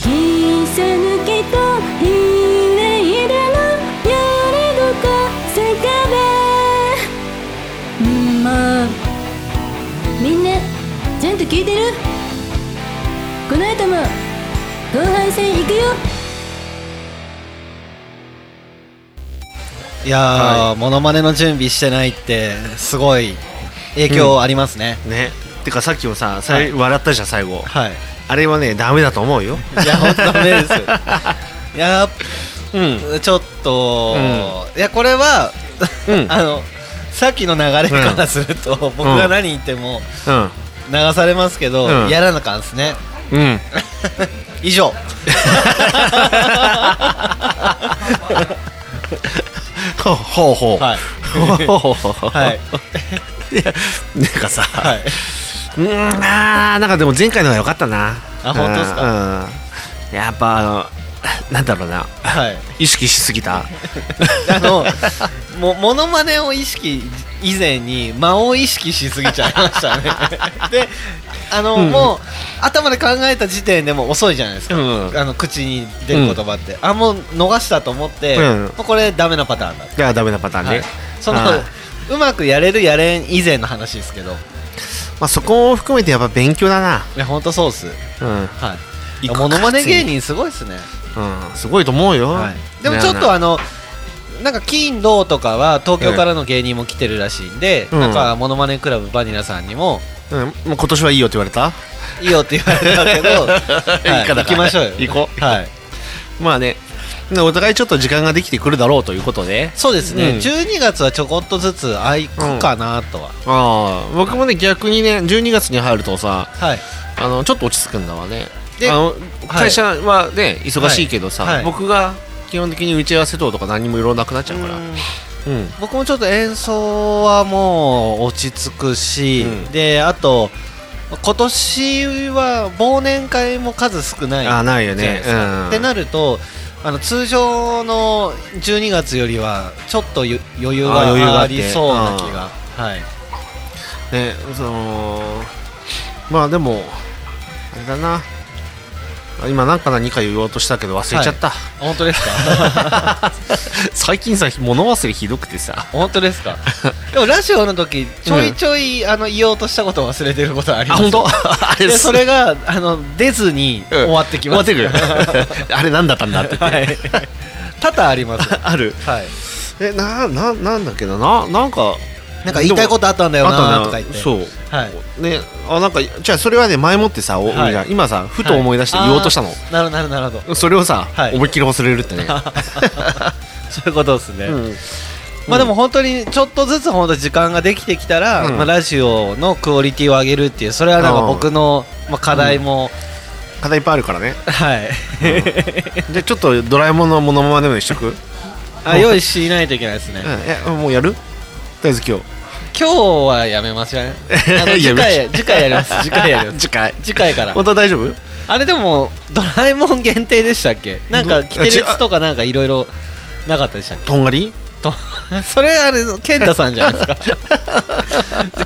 抜けと言えいだのやれどこせかべ」んまあみんなちゃんと聞いてるこの後も後半戦行くよ
いやーモノマネの準備してないってすごい影響ありますね
ね。てか、さっきもさ、さい笑ったじゃん、最後。
はい
あれはね、ダメだと思うよ。
いや本当ダメです よいやー
うん。
ちょっと、いやこれは、
うん
あのさっきの流れからすると、僕が何言っても
うん。
流されますけど、
うん
やらなあかんですね
うん。
以 上
ほうほうほう。
はい
ほうほうほうほう。
はい
いや。 なんかさ、
はい、
うーん、あーなんかでも前回のが良かったな。
あ本当です
かうん。やっぱ、あの、なんだろうな。
はい、
意識しすぎた。
あのもモノマネを意識以前に間を意識しすぎちゃいま したねであの、もう頭で考えた時点でもう遅いじゃないですか、
うん
あの口に出る言葉って、あもう逃したと思って、
うん
もうこれダメなパターンだ
いや、ダメなパターンね。
はい、その
あ
うまくやれるやれん以前の話ですけど
まあ、そこを含めてやっぱ勉強だな。
いや本当そうっす
うん。
はい
行くか
モノマネ芸人すごいっすね、
うん。すごいと思うよ。
はい、でもちょっとあのなんか金土とかは東京からの芸人も来てるらしいんで、
うん
なんかモノマネクラブバニラさんにも
うん、もう今年はいいよって言われた
いいよって言われたけど、はい
いいかだから
行きましょうよ
行こう
はい、
まあね、でお互いちょっと時間ができてくるだろうということで。
そうですね、
うん
12月はちょこっとずつあいくかなとは、
ああ、僕もね、逆にね、12月に入るとさ、
はい
あの、ちょっと落ち着くんだわね。
で
あの、
はい
会社はね、忙しいけどさ、
はいはい
僕が基本的に打ち合わせ等とか何もいろなくなっちゃうから。
うん
うん。
僕もちょっと演奏はもう落ち着くし、
うん
であと今年は忘年会も数少ない
ああ、ないよ
じゃない
ね
で。す
う
か
ん。
ってなるとあの通常の12月よりはちょっとゆ余裕
あ余裕が
が
あ
あ
って
りそうな気がはい
ね、その、まあでも、あれだな。あ今なんか何か言おうとしたけど忘れちゃった。
本当ですか
最近さ物忘れひどくてさ
本当ですかでもラジオの時ちょいちょい、あの言おうとしたことを忘れてることはあります
当 あれ
で
そ
そ
れ
れがあの出ずに終わってき
終
ま
わっ
す、
てくる あれ何だったんだって 言って、
はい多々あります
ある
はい
えなななんだっけどななんか
なんか言いたいことあったんだ
あ
よ
っ
なと
た
か
な
言って
そう
はい
ねあなんかじゃあそれはね前もってさ、お
はい
じゃあ今さふと思い出して言おうとしたの、
はいなるほどなるほどなるほど
それをさ、
はい
思いっきり忘れるっ てね、
そういうことですね、
うん
まあでも本当にちょっとずつ本当時間ができてきたら、
うん
まあ、ラジオのクオリティを上げるっていうそれはなんか僕の、まあ、課題も、
課題いっぱいあ るからね
はい、
じゃあちょっとドラえもんのモノマネでもしとく、うん、
あ用意しないといけないですね、
えもうやるとりあえず今日
今日はやめましょうねあ の次回次回やり ます次回やります
次回
次回から
本当は大丈夫
あれでもドラえもん限定でしたっけなんか
ど
キテレツとかなんかいろいろなかったでしたっけ
とんがり
と それあれ健太さんじゃないですか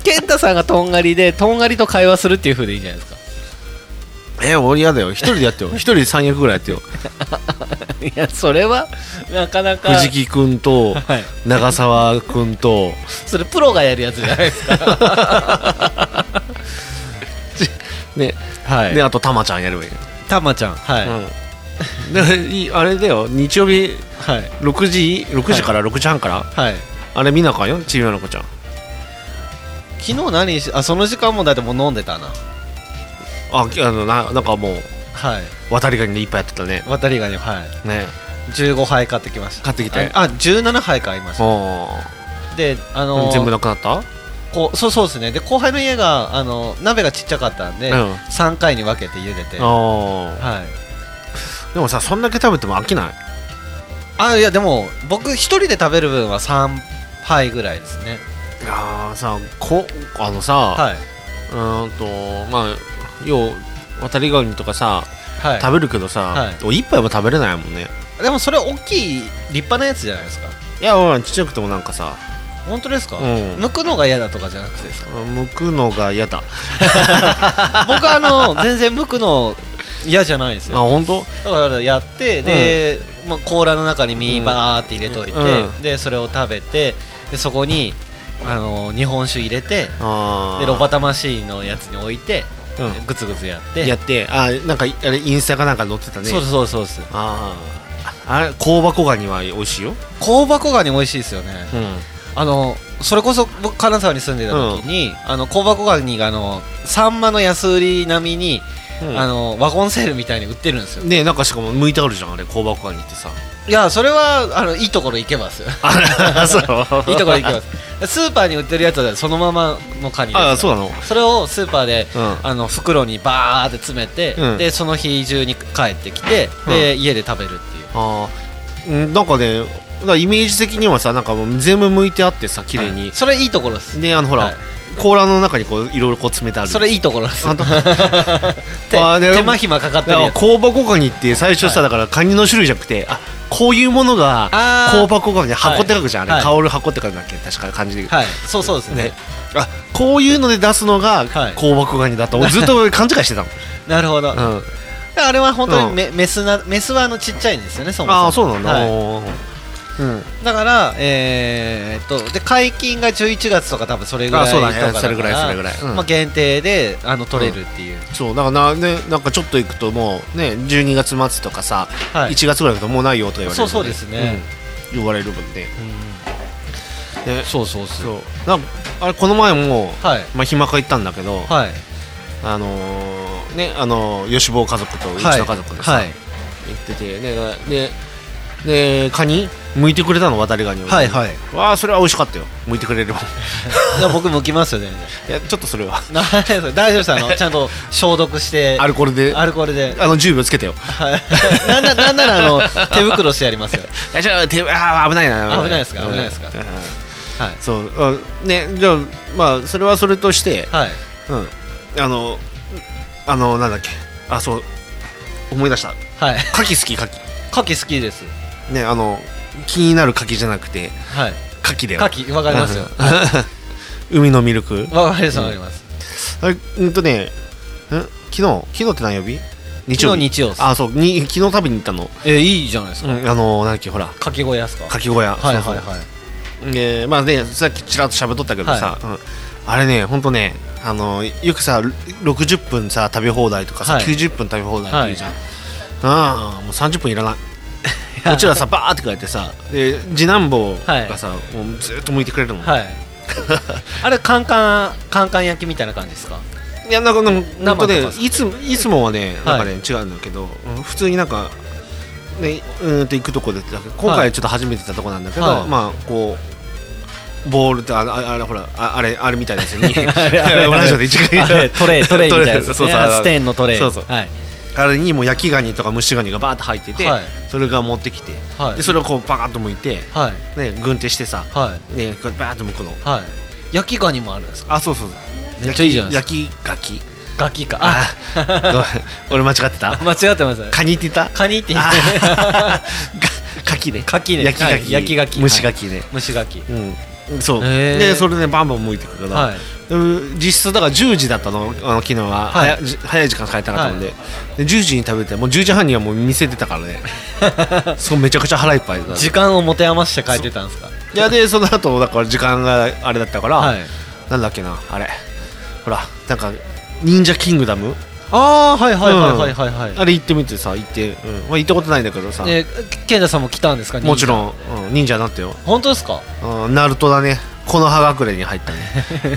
健太さんがとんがりでとんがりと会話するっていう風でいいじゃないですか
え俺やだよ一人でやってよ一人で三役ぐらいやってよ
いやそれはなかなか
藤木君と
はい
長澤君と
それプロがやるやつじゃないですか
ね、
は
であとたまちゃんやればいい、
たまちゃんはい、
うん、だからいいあれだよ日曜日
はい
6時6時から6時半から、
はい
あれ見なあかんよちびまる子ちゃん
昨日何しあその時間もだってもう飲んでたな
あきあのななんかもう
はい
渡りガニでいっぱいやってたね
渡りガニはい
ね
15杯買ってきました
買ってきて
ああ17杯買いました
お
であの
ー全部なくなった
こうそうそうですねで後輩の家があの鍋がちっちゃかったんで、
うん
3回に分けて茹でては
あー
い
でもさそんだけ食べても飽きない
あいやでも僕一人で食べる分は3杯ぐらいですね
いやーさこあのさ、
はいう
ーんとまあ要渡りガニとかさ、
はい
食べるけどさ、
はい
お一杯も食べれないもんね
でもそれ大きい立派なやつじゃないですか
いやうんちっちゃくてもなんかさ
本当ですか、
うん
剥くのが嫌だとかじゃなくてですか
剥くのが嫌だ
僕あの全然剥くの嫌じゃないんです
あ
よ
本当
だからやってで、まあ、甲羅の中に身バーって入れといて、
うん
でそれを食べてでそこにあの日本酒入れて
あー
でロバ魂のやつに置いて、
うん
グツグツやって
やってあーなんかあれインスタかなんか載ってたね
そうですそうですそうです
あーあれ香箱ガニは美味しいよ
香箱ガニ美味しいですよね、
うん
あのそれこそ僕金沢に住んでた時に、あの香箱ガニがあのサンマの安売り並みに、あのワゴンセールみたいに売ってるんですよ
ねえなんかしかも向いてあるじゃんあれ香箱ガニってさ
いやそれはあのいいところ行けばで すよ
あ そう
いいところ行けばですスーパーに売ってるやつはそのままのカニですよ
あーそうなの
それをスーパーで、
うん
あの袋にバーって詰めて、
うん
でその日中に帰ってきて、で家で食べるっていう
あーうんなんかねだからイメージ的にはさなんかもう全部剥いてあってさ綺麗に、
それいいところです
であのほら、
はい
甲羅の中にこういろいろこう詰めてある
それいいところです
あ と
手
あーね
手間暇かかって
だ
る
か
や
ら
つ
香箱ガニって最初さ、
は
だからカニの種類じゃなくてあこういうものが
あー
香箱ガニ箱って書くじゃん、
はい
あれ香る箱って書くんだっけ確かに漢字で、
はいそうそうですね
ねあこういうので出すの
は
が
い
香箱ガニ だと、俺ずっと俺勘違いしてた
なるほど、
の、うん、
あれは本当にメ,、メスなメスはあのちっちゃいんですよねそもそも
ああそうなんだ、
はい
おーうん、
だからえー、っとで解禁が11月とか多分それぐらい
あ
と
そう
かだ
だ
か
ね
ら
それぐらいそれぐらいうん
まあ、限定であの取れるっていう、
そうだからな,、ね、なんかちょっと行くともうね12月末とかさ、
はい
1月ぐらいだともうないよとか言われる
そ
もん
うそうですね、
うん言われるもんねね
そうそうそう
そうなんかあれこの前も、
はい
まあ、暇か行ったんだけど、
はい
あのーねあのー、吉坊家族とうちの家族でさ、
はい
行っててねででカニ剥いてくれたの渡りガニを
はいはい
わあそれは美味しかったよ剥いて くれるもん
じゃあ僕向きますよね
いやちょっとそれは
な 大丈夫ですあのちゃんと消毒して
アルコールで
ア
あ
ルコールで
の10秒つけてよ
はい なんななんならあの手袋してやりますよ
いやちょ手あー危ないな
危ないですか危ないですか
うん
はい
そうあねじゃあまあそれはそれとして、
はい
うんあのあのなんだっけあそう思い出した
はい
牡蠣好き牡蠣
牡蠣好きです
ねあの気になる牡蠣じゃなくて
はい
牡蠣だよ
牡蠣わかり ますよ
うん海のミルク
わかりますわかります
あれうんとねん昨日昨日って何曜日日曜
昨日
日
日曜です
あそうに昨日食べに行ったの、
えいいじゃないです
う
か
ん、あのなんだっけほら
かき小屋ですか
かき小屋
はいはい
そう
はい
そうでまあねさっきちらっと喋っとったけどさ、うんあれねほんとねあのよくさ60分さ食べ放題とかさ、
はい
90分食べ放題って言うじゃん、ああもう30分いらないこっちらさバーって書いてさで次男坊がさ、もうずっと向いてくれるもん、
はい あれカンカンカンカン焼きみたいな感じですか
いやなんかなんかなんか
生
ね
とかさ
いついつもはねなんかね、
は
違うんだけどうん普通になんかねうーんと行くとこでだけど今
は
回
い
ちょっと初めて行ったとこなんだけど、
はい
まあこうボールってあああれほらああれあれみたいなやつ に あれ
あれ
同じような一概に
あれトレイトレイみたいなやつ で
トレイ
す
そう
ね
そう
あステーンのトレイ
そうそう
はい
あれにもう焼きガニとか蒸しガニがバーって入ってて、
はい
それが持ってきて、
はい
でそれをこうパカッと剥いて、
はい
ね軍手してさ、
は
ねこうバーッと剥くの
いはい焼きガニもあるんですか
あそうそう
めっちゃいいじゃないです
焼きガキ
ガキか
あ
あ
俺間違ってた
間違ってます
カニって言った
カニって言っ
あ
て
ーかきね
かきね
焼き
は
が
い
き
焼きがき
蒸しがき ね、
蒸しガキ
うんそう
へー
でそれでバンバン向いてくから、
はい
うん実質だから10時だったのあの昨日は、
はい
早じ早い時間帰ったかったので,、で10時に食べてもう10時半にはもう店出たから ねそうめちゃくちゃ腹いっぱいだった
時間を持て余して帰ってたんですか
いやでその後だから時間があれだったから、
はい
なんだっけなあれほらなんか忍者キングダム
ああはいはいはいはいはいは
あれ行ってみてさ行って、うんまあ、行ったことないんだけどさ、
いえ健太さんも来たんですか
もち
ん
ろん、うん、忍者になったよ
本当ですか
うんナルトだねこの葉隠れに入ったね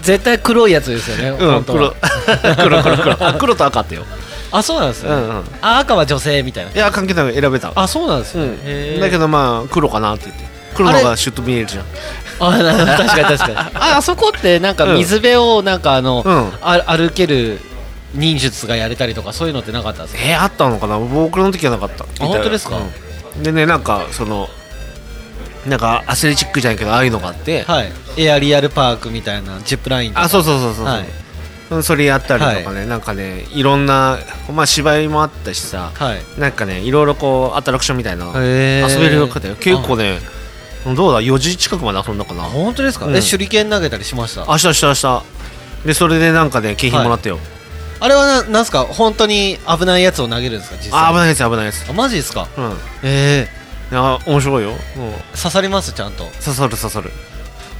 絶対黒いやつですよね、
うん
本当は
黒黒黒黒あ黒と赤あったよ
あ そうなんです
う
ね、
んうん
あ赤は女性みたいない
や関係ない選べた
あそうなんです
う
ね、
んだけ
ど
どまあ黒かなって言って黒の方がシュッと見えるじゃん
あな確かに確かに ああそこってなんか水辺をなんかあの、
うん
あ歩ける忍術がやれたりとかそういうのってなかったんですか
えーあったのかな僕の時はなかったみたいな
本当ですか
うんでねなんかそのなんかアスレチックじゃないけどああいうのがあって、
はいエアリアルパークみたいなジップラインとか
あそうそうそうそう、
はい
うんそれやったりとかね、なんかねいろんなまあ芝居もあったしさ
はい
なんかねいろいろこうアトラクションみたいな
へー
遊べる方よ結構ねどうだ4時近くまで遊んだか
あ
な
本当ですか、
うん
で手裏剣投げたりしましたあ
明日明日明日でそれでなんかね景品もらったよ、
れはななんすか本当に危ないやつを投げるんですか実際
あ危ないです危ないです
あマジですか
うん
え
あ面白いよ、うん、
え刺さりますちゃんと
刺さる刺さる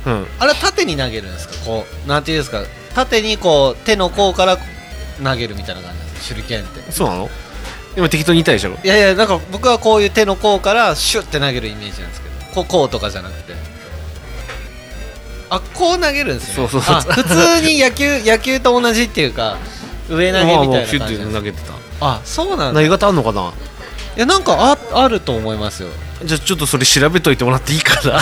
うん
あれは縦に投げるんですかこうなんていうんですか縦にこう手の甲から投げるみたいな感じなんですか手裏剣って
そうなの今適当に言ったでしょ
いやいやなんか僕はこういう手の甲からシュッて投げるイメージなんですけどこうこうとかじゃなくてあこう投げるんですね
そうそうそう
あ普通に野 球野球と同じっていうか上投げみ
まあ
た
も
い
う
な感じ
ヒュ
なんですね
ッて投げてた
あそうなんだ
投げ方あんのかない
やなんかああると思い ますよ
じゃあちょっとそれ調べといてもらっていいかな
それ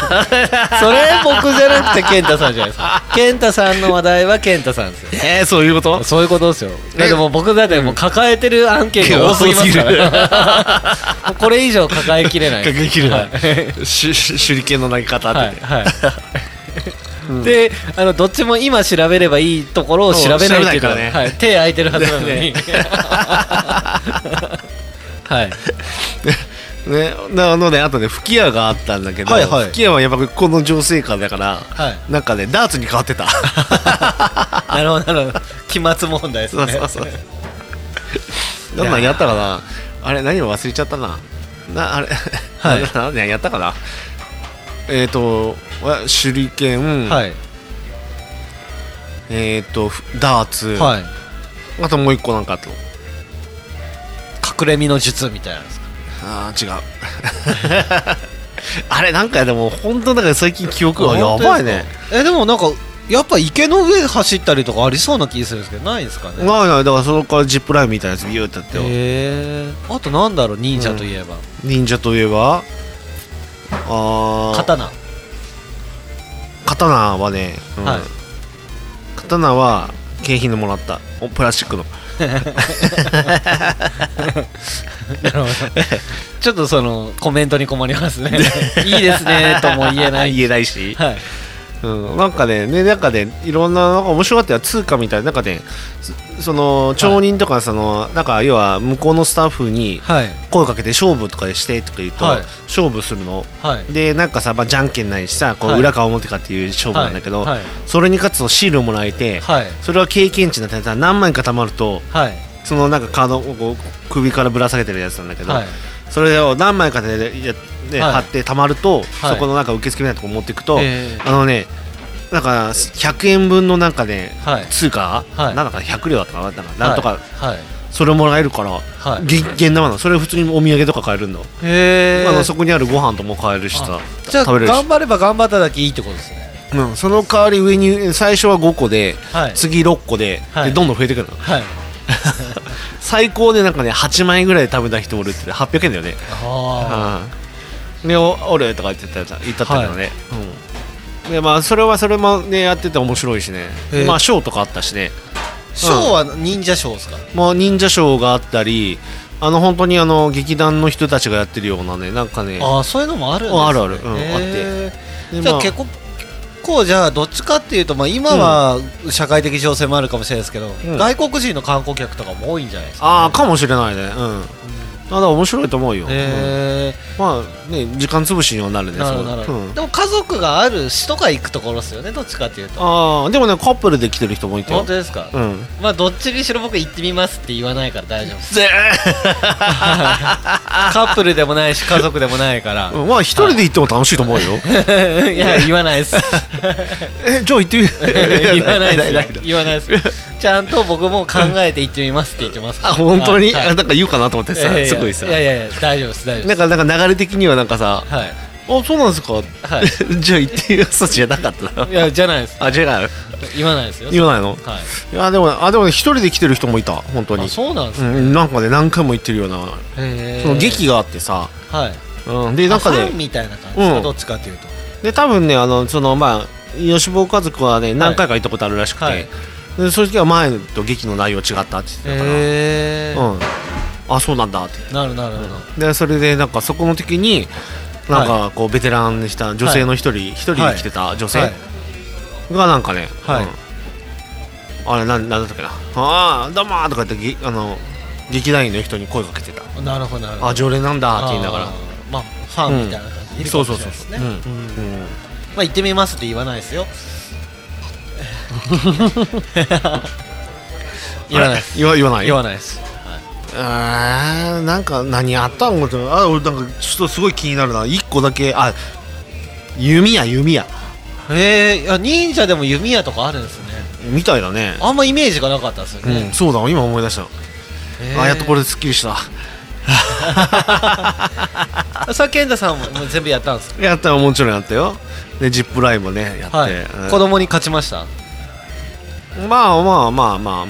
僕じゃなくて健太さんじゃないですか健太さんの話題は健太さんですよ
えー、そういう こと
そういうことですよだってもう僕だってもう抱えてる案件が多すぎますから もうこれ以上抱えきれない
確認切る
は
ない手手裏剣の投げ方って、
はいはい、であのどっちも今調べればいいところを調べないっていうか
そう調べないからね
はい、手空いてるはずなのに、
ね
はい
ね、あのねあとね吹き矢があったんだけど、
はいはい
吹き矢はやっぱこの女性感だから、
は
なんかねダーツに変わってた
なるほどなるほど期末問題です
そう
ね
そうそうどんなんやったかなあれ何を忘れちゃったな なあれ、
はい
何やったかなえっ、ー、とわ手裏剣、
はい
えっ、ー、とふダーツ、
はい
あともう一個なんかあと
隠れ身の術みたいなんですか
あー違 うあれなんかでも本当だから最近記憶がやばいね
えでもなんかやっぱ池の上走ったりとかありそうな気するんですけどないですかね
ないないだからそこからジップラインみたいなやつビューってやってよ
へえあとなんだろう忍者といえば、
忍者といえばあー
刀
刀はね、うん
はい
刀は景品でもらったおプラスチックの
なるほどちょっとそのコメントに困り ますねいいですねとも言えない
言えないし、
はい
うん、なんかねねなんかねいろんななんか面白かったよ通貨みたいななんかねそその町人とかその、なんか要は向こうのスタッフに
はい
声かけて勝負とかしてとか言うと、
はい
勝負するの
はい
でなんかさ、まあ、じゃんけんないしさこ
は
う
い
裏か表かっていう勝負なんだけど、
はいはい
それに勝つとシールもらえて、
はい
それは経験値になってさ何枚か貯まると
はい
そのなんかカードをこう首からぶら下げてるやつなんだけど、
はい
それを何枚かでや、ね
はい
貼って貯まると、
はい
そこのなんか受付みたいなとこ持っていくと、
えー
あのねなんか100円分のなんかね、
はい
通貨、
はい
なんだか100両だったかななんかなんとか、
はい
それもらえるから、
はい
げ現玉なのそれ普通にお土産とか買えるんだ、
へ
あの
え
そこにあるご飯とも買えるしさ
じゃあ
食べれるし
頑、張れば頑張っただけいいってことですね
うん、その代わり上に最初は5個で、
はい
次6個で,、
はい
でどんどん増えてくるの
はい
最高でなんかね8枚ぐらい食べた人おるって800円だよね
あ
うんでおおるとか言ってた言ったったけどね、うんでまあそれはそれもねやってて面白いしね
へえ
まあショーとかあったしね
あショーは忍者ショーですか
もう忍者ショーがあったりあの本当にあの劇団の人たちがやってるようなねなんかね
ああそういうのもあるんですね
ああるあるうん
へー
で
じゃ
ま
あ
あ
結構結構じゃあどっちかっていうとまあ今は社会的情勢もあるかもしれないですけど
ん
外国人の観光客とかも多いんじゃないですか
ああかもしれないねうん、あだから面白いと思うよ、
へえ
うんまあね時間潰しにはなるね
なる
そ
ほ
う
どなるほ
う
ど
ん
でも家族がある人が行くところですよねどっちかっていうと
ああでもねカップルで来てる人もいて
本当ですか
うん
まあどっちにしろ僕行ってみますって言わないから大丈夫です
ぜ
カップルでもないし家族でもないから
ーまあ一人で行っても楽しいと思うよ
いや言わない です
えじゃあ行ってみ
言わない
な
です言わないですちゃんと僕も考えて行ってみますって言ってますから
あ本当に、
はい
あなんか言うかなと思って
いや
さ
いやいや
すごいさ
いやいやいや大丈夫です大丈夫で
なんかなんか流れ的にはなんかさ
すはい
あそうなんですか
はい
じゃあ行ってよそじゃなかったない
やじゃないです
あ違う
言わないですよ
言わないの
はい
いやでもねあでもね一人で来てる人もいた本当に
あそうなんです
う
ね、
ん、なんかね何回も行ってるような
へー
その劇があってさ、
はい
うん、でなんか
あフ
ね
ァンみたいな感じですか、
うん
どっちかというと
で多分ねあのそのまあ吉坊家族はね何回か行ったことあるらしくて、
はい
でそういう時は前と劇の内容違ったって言ってたから、
へえ、
うん、あそうなんだって
なるなるなる、
でそれでなんかそこの時になんかこうベテランにした女性の一人一、人で来てた女性
はい
がなんかね、
はい
うんあれなんなんだったっけな「ああどうも」とか言ってぎあの劇団員の人に声かけてた
なるほどなる
「
ほど
あ常連なんだ」って言いなが
あ
ら
ーまあファンみたいな感じ、いるか
そ
も
う
し
そ
れな
う
い
そう
です
そう、
ね
うんうん
まあ行ってみますって言わないです よ言わないです
言わ言わない
言わないです
あーなんか何あったん思ってあ俺なんかちょっとすごい気になるな一個だけあ弓矢弓矢
へえー、あ忍者でも弓矢とかあるんですね
みたいだね
あんまイメージがなかったですよ
うん
ね、
そうだ今思い出した、
へー
あやっとこれですっきりした
さあ健太さんももう全部やったんですか
やったよもちろんやったよでジップラインもねやって、
はい、
うん
子供に勝ちました
まあまあまあまあまあ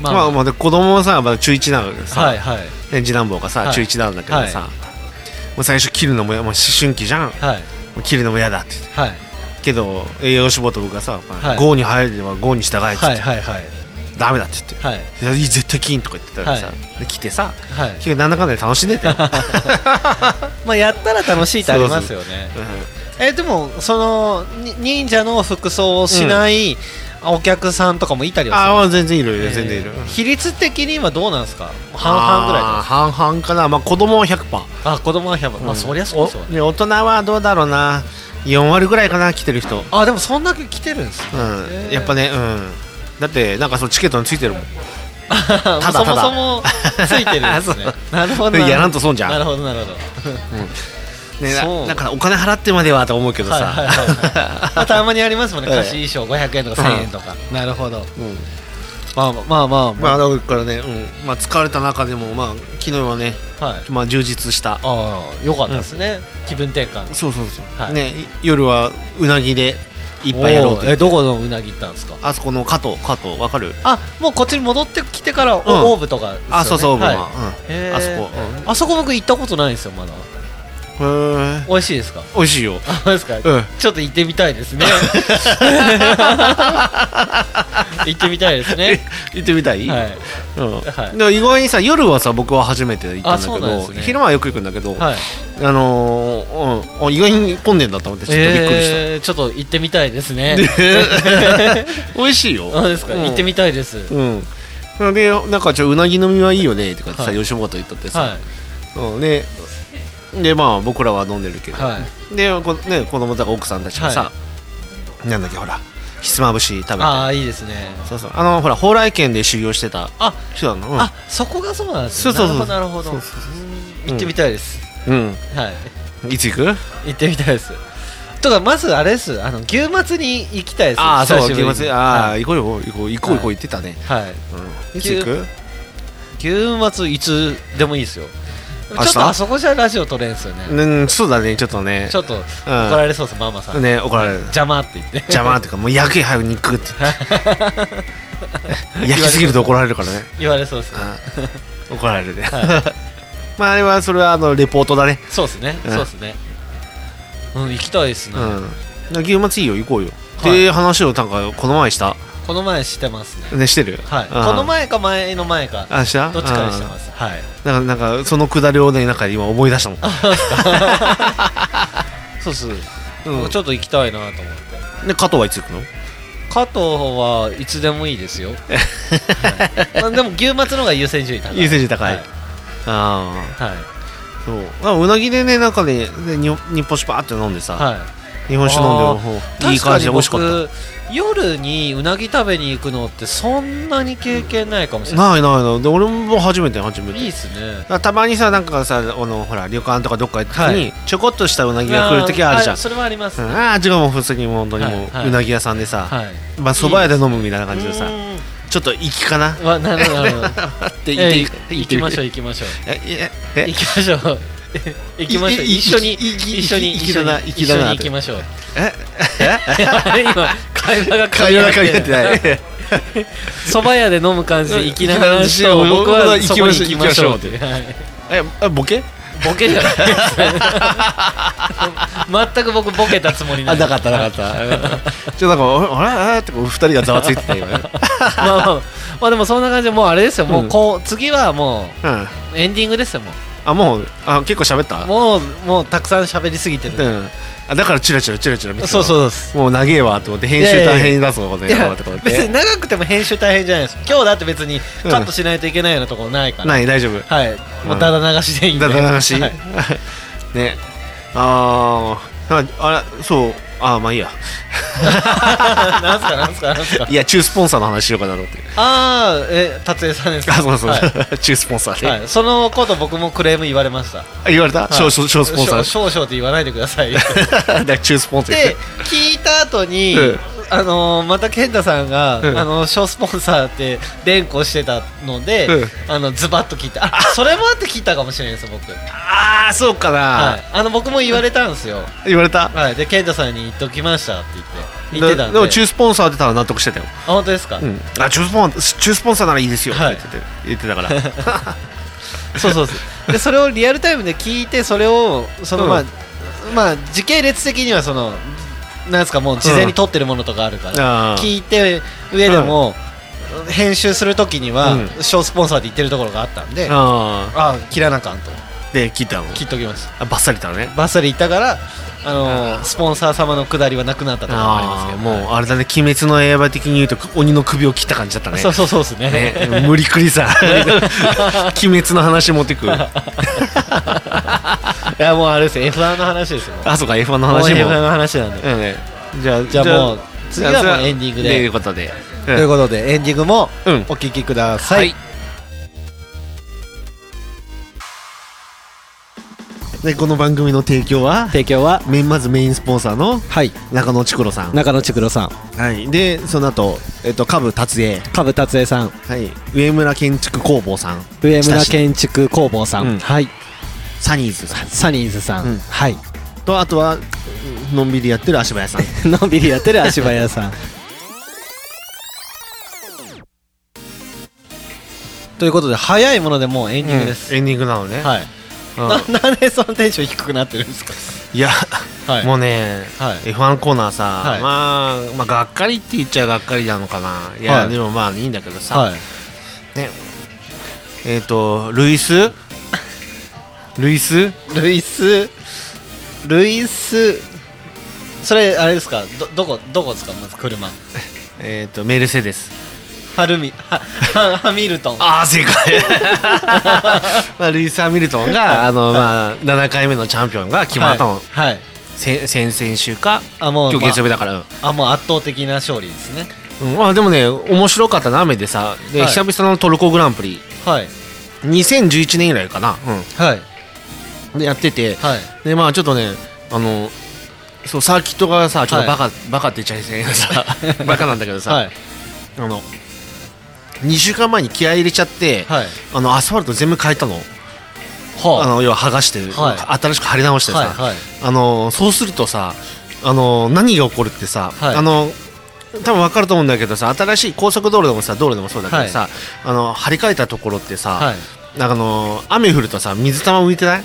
まあまあ、で子供はさまだ中1なのでさ、
はいはい
ね次男坊がさ、
はい
中1なんだけどさ、
は
もう最初切るのもやもう思春期じゃんも
はいう
切るのも嫌だって言って
はい
けど栄養志望と僕がさ、
はい
5に入れば5に従えって
はい
言って、
はいはい
ダメだって言って、
はい
いやいい絶対金とか言ってたらさ、
は
で来てさ
はい
結局なんだかんだで楽し んでたよ、
まあやったら楽しいってありますよね
う
えでもそのに忍者の服装をしないお客さんとかもいたり
ん、ああ
は
まあ全然いる
する
よ全然いる、
えー比率的にはどうなんですか半々ぐらいなん
あー
です
半々かなまあ子供は100%
かあ子供は100まあそりゃそうそう
おね大人はどうだろうな4割ぐらいかな来てる人
あでもそんだけ来てるんです
う
ね
んやっぱねうんだってなんかそのチケットについてるもん
た
だ
そ
た
も
だ
そもついてるんです ねなるほど
やらんと損じゃん
なるほどなるほど
ね
そう
ななんかお金払ってまではと思うけど
はい
さ、
はいはいまあたまにありますもんね
ええ
貸し衣装500円とか1000円とかなるほど
うん
まあまあまあ
ま
ま
あだからね、うんまあ、疲れた中でもまあ昨日はね、
あはい
まあ、充実した
ああよかったですね気分転換
そうそうそう、
はい
ね夜はうなぎでいっぱいやろうって
おーえどこのうなぎ行ったんですか
あそこの加藤加藤わかる
あもうこっちに戻ってきてからオ,、
ん
ーブとかですよね、
あそうそうオーブンは
はい
うん
へー
あそこ
あそこ僕行ったことないんですよまだ
へえ
美味しいですか
美味しいよ
あそうですか、
うん
ちょっと行ってみたい ですね行ってみたいです ね
行ってみたい、
はい
うん
はい
でも意外にさ夜はさ僕は初めて行ったんだ
あそ
け
うなんで
ど、
すね
昼間はよく行くんだけど、
はい
あのーうんあ、意外に混んでんだと思ってちょっとびっくりした、
えーちょっと行ってみたいですね
美味し いよ
そうですか、
うん
行ってみたいです、
うんでなんかちょうなぎ飲みはいいよねとかってさ、
はい
吉本言ったってさ、
は
うん、ででまあ僕らは飲んでるけ
い
ど、
はい
でこ、ね、子供とか奥さんたちがさ、
は
なんだっけほらひつまぶし食べて
ああいいですね
そうそうあのほら蓬莱県で修行してた
あ
人なのうん
あそこがそうなんですね
そうそうそう
なるほどなるほどうん行ってみたいです、
うん
はい
いつ行く
行ってみたいですとかまずあれですあの牛末に行きたいです
ああ
久
そう
しぶ
行き
りに
ますああ、
はい
行こうよ行こう行こう行こう
は
言ってたね、
はい
うん、いつ行く
牛末いつでもいいですよちょ
明日
っとあそこじゃラジオ撮れんすよね、
うんそうだねちょっとね
ちょっと怒られそうです、ママさん、
ね怒られる
邪魔って言 って
邪魔っていうかもう焼け早く肉って 焼きすぎると怒られるからね
言われそうですね
うん怒られるね、 まああれはそれはあのレポートだね
そうですね、
うん
そうですねうん行きたいですね、
うん牛松いいよ行こうよ、
はい
って話をなんかこの前した
この前してますね
ねしてる
はい、
うん
この前か前の前か
あした
どっちかにして
うん
ますはい
なんかなんかそのくだりをねなんか今思い出したもん
そうっす、
うん
ちょっと行きたいなと思って
で加藤はいつ行くの
加藤はいつでもいいです よ、はいまあでも牛末の方が優先順位高い
優先順位高い
はい、
あ
はい
あそうあうなぎでねなんかねでに日本酒バーって飲んでさ、
はい
日本酒飲んで
確
ほ
か
う
に
いい感じで美味しかっ
僕夜にうなぎ食べに行くのってそんなに経験ないかもしたれない、
ないないないで俺も初めて初めて
いいっすね
だからたまにさなんかさあのほら旅館とかどっか行った時に、
は
ちょこっとしたうなぎが来る時あるじゃん
あそれはあります、
う
ね
ん、ああ違うもう普通にもう本当にもう、
はいはいう
なぎ屋さんでさ、
はい
まあ蕎麦屋で飲むみたいな感じでさ
うー
ちょっと行きかなっ
んわなるほどなるほど
て
え
言
い
って
行きましょう
う
行きましょう
えええ
行きましょう行きましょう
いい
一緒に
いいいい
一緒に
いきだな
一緒に
いきだな
一緒に行きましょう
え
今会話が
会話が噛み合っ てないい
蕎麦屋で飲む感じで粋な話を
粋な
僕
話を
はそこに行きましょうって
行き
はい
えあボケ
ボケじゃない全く僕ボケたつもり
あ
い
なかったなかったちょっとなんかあれあれってこう二人がざわついて たよね
まあまあまあでもそんな感じでもうあれですよもうこう次はも
うん
うエンディングですよも
あもうあ結構喋った
うもうもうたくさん喋りすぎて
う
る
んあだからチラチラチラチラ見てた
そうそうです
もう長えわと思って編集大変だぞこれ
いや
とか思っ
別に
て
長くても編集大変じゃないです今日だって別にカットしないといけないようなところないから、
ない大丈夫
はいもうただ流しでいいんで
だだ流し
はい
ねあーああれそうあーまあいいや
なんすかなんすかなんすか
いや中スポンサーの話しようかなと思って
ああえ達也さんですか
あそうそう
はい
中スポンサーで、
はい、そのこと僕もクレーム言われました
あ言われた小小小スポンサ
少少々って言わないでくだ さいで
ーだ中スポンサーで
聞いた後に、
うん
あのーまた健太さんが、
うん
あのー小スポンサーって連呼してたので、
うん
あのズバッと聞いたあそれもあって聞いたかもしれないです僕、
ああそうかな、
はい、あの僕も言われたんですよ
言われた
はい、で健太さんに言っときましたって言って言ってたん
で
で
でも中スポンサー出たら納得してたよ、
あ本当ですか、
うん、あ中スポン中スポンサーならいいですよって
はい
言ってて、言ってた から
そうそうそうでそれをリアルタイムで聞いてそれをその、
うん
まあまあ時系列的にはそのなんですかもう事前に撮ってるものとかあるから、
あー
聞いて上でも、編集するときには、
うん
小スポンサーで言ってるところがあったんで、あ
あ
あ切らなあかんと
ーで聞いたの
切っときました
あバッサリだね
バッサリ言ったからあのースポンサー様のくだりはなくなったとかもあります
あ
け
あ
ど
もうあれだね「鬼滅の刃」的に言うと鬼の首を切った感じだったね
そうそうそうですね
ね、無理くり さ鬼滅の話持ってく
いやもうあれですよ F1 の話ですよもう
あそうか F1 の話
もう
も
F1 の話なんで
うんねじゃあ
じゃあもう次はもうエンディングで
ということで、うん
ということでエンディングも
うん
お聴きください、
はいでこの番組の提供は
提供は
メインまずメインスポンサーの
はい
中野ちくろさん、
中野ちくろさん
はい、でその後、えっと下部達也、
株達也さん
はい、上村建築工房さん
上村建築工房さん、
うん
はい
サニーズさん
サニーズさん、
うん
はい
とあとはのんびりやってる足早さん
のんびりやってる足早さん
ということで早いものでもうエンディングです、
エンディングなのね、
はい、
うん
ななんでそのテンション低くなってるんですか
いや、
はい
もうね、
はい
F1 コーナーさ、
はい
まあ、まあがっかりって言っちゃがっかりなのかないや、
はい
でもまあいいんだけどさ、
はい
ねえっ、とルイスルイス
ルイスルイスそれあれですかどどこどこですかまず車
えっ、とメルセデス
ハルミハハハミルトン
ああ正解 まあルイス・ハミルトンがあの、まあ、7回目のチャンピオンが決まったの、
はい、はい、
せ先々週か
あもう
今日月曜
ま
日だから、
ああもう圧倒的な勝利ですね
うんあでもね面白かったな雨でさで、
はい
久々のトルコグランプリ
はい
2011年以来かな、うん、
はい
でやってて、
はい
でまあちょっとねあのそうサーキットがさちょっ
はい
とバカ、バカって言っちゃいけないさバカなんだけどさ、
はい
あの2週間前に気合い入れちゃって、
はい
あのアスファルト全部変えたの,、あ、
は
の要は剥がして、
はい
新しく貼り直してさ、
はいはい
あのそうするとさあの何が起こるってさ、
はい
あの多分分かると思うんだけどさ新しい高速道路でもさ道路でもそうだけどさ、あの張り替えたところってさ、
はい
なんかあの雨降るとさ水玉浮いてない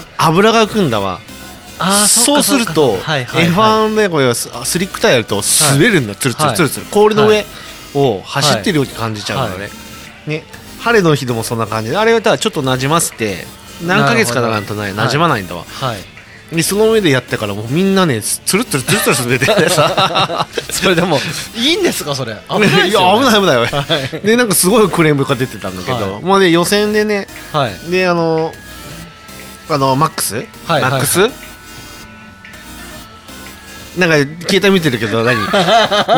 あ
れね油が浮くんだわ
あー
そうする
そ
と
うかそうかはいはいはい
F1 でこれススリックタイヤやると滑るんだ、つるつるつるつる氷の上を走ってるように感じちゃうのね,、
は
ね晴れの日でもそんな感じであれはただちょっとなじませて何ヶ月かならんとね
なるほど
なじまないんだわ、
はい
でその上でやってからもうみんなねつるつるつるつる滑っててさ
それでもいいんですかそれ危
ね
ないですよ、ね、
いや危ない危な い、
はい
でなんかすごいクレームが出てたんだけど、
はい
もうね予選でね
はい
であのあのマックス、
はい
マックス、なんか携帯見てるけ ど何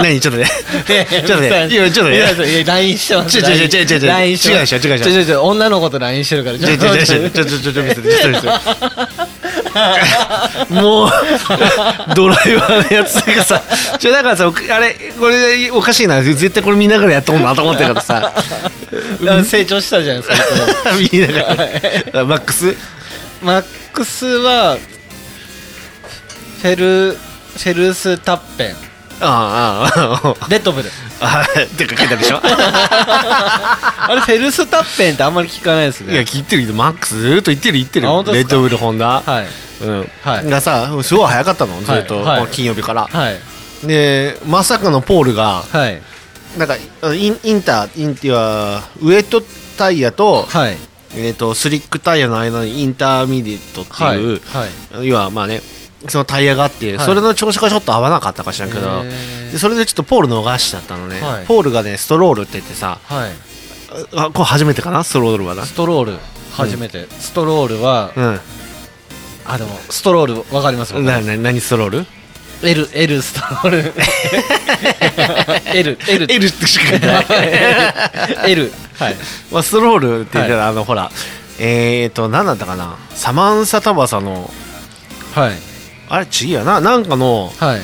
何ちょっとねちょっとね今ちょっとね
いや LINE してます
違う違う違う違う違う
LINE してます
違う違う違う
違う違う女の子と LINE してるから
ちょちょちょちょちょちょちょちょ見せてちょちょちょもうドライバーのやつがさちょだからさあれこれおかしいな絶対これ見ながらやっとんなと思ってるからさ
あ成長したじゃないですか
見ながらマックス
マックスはフェルフェルスタッペン
ああああ
レッドブル
ああってか書いてあるでしょ
あれフェルスタッペンってあんまり聞かないです
いや
ね
聞いてるけどマックスずーっと言ってる言ってる
あ本当で
レ
す
ッ
か
ドブルホンダ
はい
うん
はい
がさすごい早かったのずっと、
はいはい
まあ金曜日から
はい
でまさかのポールが
はい
なんかインインターインっていうはウエットタイヤと,、
はい
えー、とスリックタイヤの間にインターミディットって
はい
いう、
はい
要はまあねそのタイヤがあって、
はい
それの調子がちょっと合わなかったかしらんけど
へー
でそれでちょっとポール逃しちゃったのね、
はい
ポールがねストロールって言ってさ
はい
あこれ初めてかなストロールはな
ストロール初めて、ストロールは、
う
あでもストロールわかります
んなな何ストロール
L, L ストロール L L
L ってしか書いてない
L はい
まあ、ストロールって言ったら、あのほらえーと何だったかなサマンサタバサの
はい
あれ違うやななんかの
はい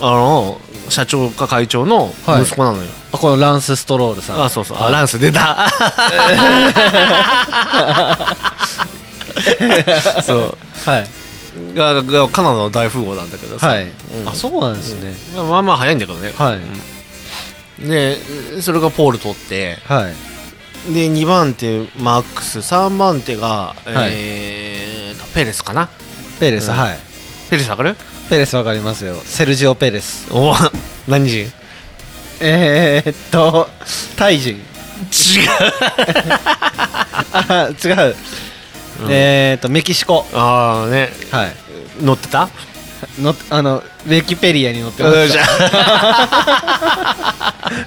あの社長か会長の
はい
息子なのよ、
あこのランスストロールさん
あそうそうあランス出たそ
はい、
うががカナダの大富豪なんだけどさ、
はい
うん
あそうなんですね、
まあまあ早いんだけどね、
はい
でそれがポール取って
はい
で2番手マックス3番手が、
はい
えーとペレスかな
ペレス、
うん
はい
ペレスわかる
ペレスわかりますよセルジオ・ペレス
お何 人違う
えー、っとタイ人あ違う、えー、っとメキシコ
ああね
はい
乗ってた
のあのウィキペリアに載ってま
うん
し
じ
た
ゃ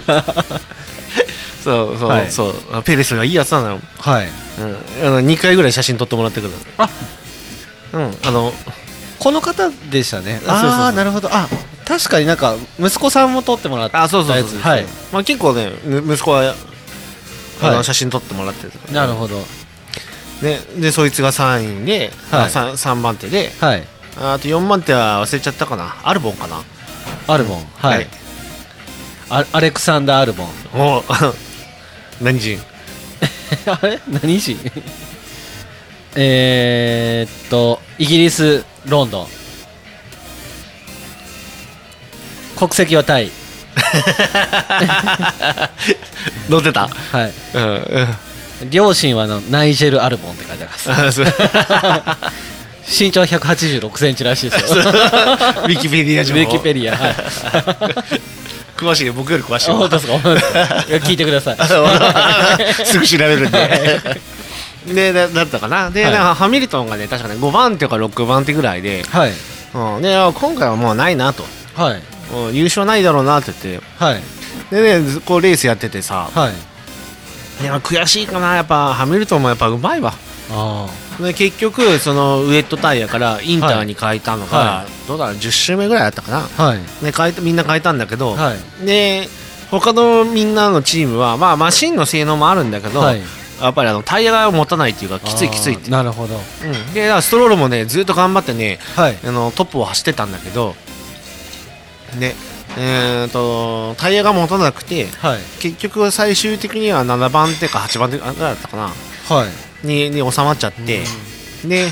あ そうそう、
はい
そうあペレスがいいやつなのよ、
はい
うん、あの2回ぐらい写真撮ってもらってくる
あ
うんあの
この方でしたね
あそうそうそう
ああーなるほどあ確かになんか息子さんも撮ってもらった
あそうそう
や
そう
つはい
まあ結構ねむ息子はあ
は
の
い
写真撮ってもらってるとか
なるほど
ねでそいつが3位で、
はい
あさん三 3, 番手で
はい
ああと4番手は忘れちゃったかなアルボンかな
アルボンはい、
はい
あアレクサンダー・アルボン
おう 何人
あれ何人 えーっとイギリスロンドン国籍はタイ
乗ってた
はい
うんうん
両親はあのナイジェル・アルボンって書いてあります
あそうウ
身長1 8 6センチらしいですよ
ィキペディア上
ウィキペリア はい
詳しいよ僕より詳しい
あ
よ
本当ですか本当ですかいや聞いてくださ い
すぐ調べるんで。でだだったかなで、
はい
なんかハミルトンがね確かね5番手か6番手ぐらいで、
はい
うん、であ今回はもうないなと、
はい
うん優勝ないだろうなって言っ
はい
てでねずこうレースやっててさ
はい
いや悔しいかなやっぱハミルトンもやっぱうまいわ
あ
で結局そのウエットタイヤからインターに変えたのが、
は
どうだろう10周目ぐらいだったかな
あはい
で変えたみんな変えたんだけど、
はい
で他のみんなのチームは、まあ、マシンの性能もあるんだけど、
はい
やっぱりあのタイヤが持たないっていうかきついきついって
あーなるほど
うん、でだからストロールもねずっと頑張ってね
はい
あのトップを走ってたんだけどねえー、とタイヤが持たなくて
はい
結局最終的には7番手か8番手かだったかな
はい
にに収まっちゃって、で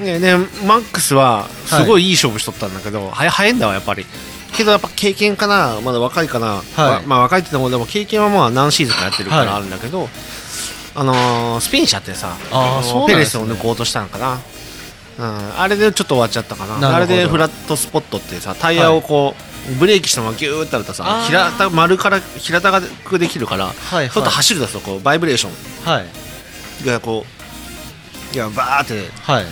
ねねマックスはすごいいい勝負しとったんだけど、はや早いんだわやっぱりけどやっぱ経験かなまだ若いかな、ままあ若いって言ってもでも経験はまあ何シーズンかやってるか
はい
らあるんだけど、あのースピンしちゃってさ
あー
の
そうなん
ペレ
で
ス
す
を
ね
抜こうとしたのかな、うん、あれでちょっと終わっちゃったかな
な
あ
るほ
れ
ど
でフラットスポットってさタイヤをこう、ブレーキしたままギューってあるとさ
あー
平た丸から平たくできるから、
はい
ちょっと走るとさこうバイブレーション
はい
がこういやバーって
はい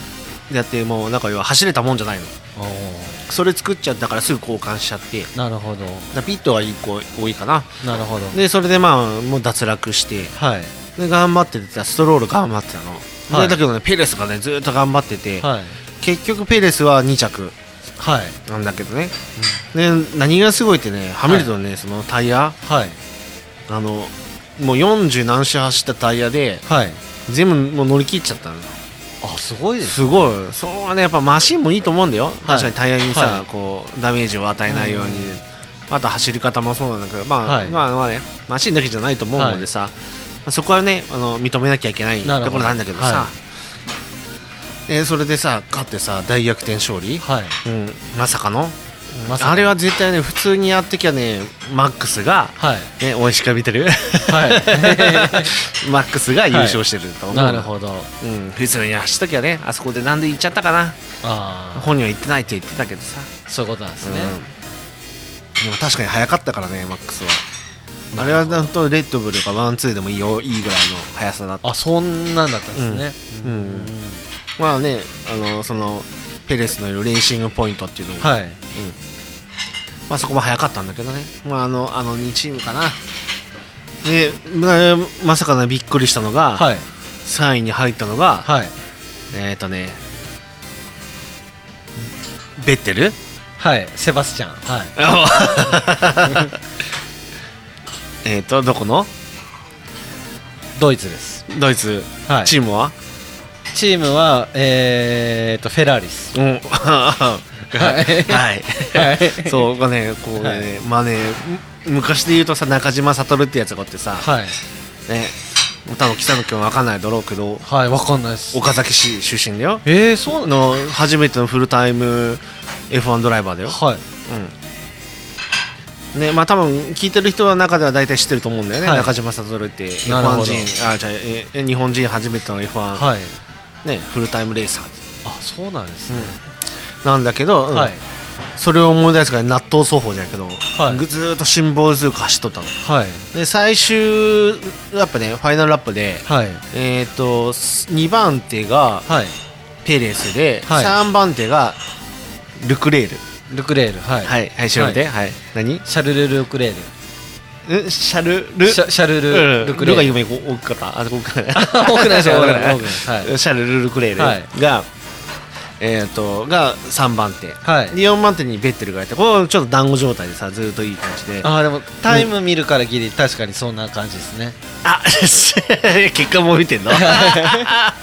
やってもうなんか要は走れたもんじゃないの
おー
それ作っちゃったからすぐ交換しちゃってだか
なるほど
らピットが一個多いかな
なるほど
でそれでまあもう脱落して
はい
で頑張ってたストロール頑張ってたの、
はい
でだけどねペレスがねずーっと頑張ってて、
はい
結局ペレスは2着
はい
なんだけどね、で何がすごいってねハミルトンね、そのタイヤ
はい
あのもう40何周走ったタイヤで
はい
全部もう乗り切っちゃったの
あすごいです
すごいそれはねやっぱマシンもいいと思うんだよ、確かにタイヤにさ、
はい
こうダメージを与えないように、あと走り方もそうなんだけど、まあ
はい
まあまあねマシンだけじゃないと思うのでさ、そこはねあの認めなきゃいけない
なるほど
ところなんだけどさ
は
えーそれでさ勝ってさ大逆転勝利、
はい
うん、まさかの
まさか
あれは絶対ね普通にやってきゃねマックスが、
はい
ね、おいしか見てる
は
マックスが優勝してると思、
いうなるほど
うん、普通に走ったきゃねあそこでなんで行っちゃったかな
あ
本人は行ってないって言ってたけどさ、
あそういうことなんです
うん、
ね、
でも確かに早かったからねマックスはあれは本当レッドブルがワンツーでもいいよいいぐらいの速さだった
あそんなんだったんですね、
うんうんまあねあのそのペレスのレーシングポイントっていうのも、
はい
まあ、そこも早かったんだけどね、まあ、あのあの2チームかなでままさかねびっくりしたのが、
はい
3位に入ったのが、
はい
えっ、とねベッテル
はいセバスチャンはい
えっとどこの
ドイツです、
ドイツ
はい、チ
チームは、
ームはえー、っとフェラーリス
うん はい、はい、そうがねこうね、
はい
まあねむ昔で言うとさ中島悟ってやつがおってさ、
はい
ね多分北野君わかんないだろうけど
はいわかんないです
岡崎市出身だよ
えー、そうなの
の初めてのフルタイム F1 ドライバーだよ、
はい
うんねまあ多分聞いてる人の中では大体知ってると思うんだよね、
はい
中島悟って
なるほ
F1
ど
人あじゃあええ日本人初めての F1、
はい
ね、フルタイムレーサー
あそうなんですね、
なんだけど、うん
はい
それを思い出すから納豆奏法じゃないけど、
い
ぐずーっと辛抱強く走っとったの
はい
で最終ラップねファイナルラップで、
はい
えっ、と2番手が
はい
ペレスで、
はい
3番手がルクレール
ルクレールはい、
はいはい調べてはい、何
シャルル・ルクレール
んシャルル
シャシャルル
うん
ルクレール
ルが夢多か ったあ多くない
あ多くない ですよ多くない多くないは
シャルル・ルクレール
はい
が、えっ、とが3番手、
はい
で4番手にベッテルがいてこれちょっと団子状態でさずーっといい感じで
あーでもタイム見るからギリ確かにそんな感じですね、
あ 結果も見てんの
は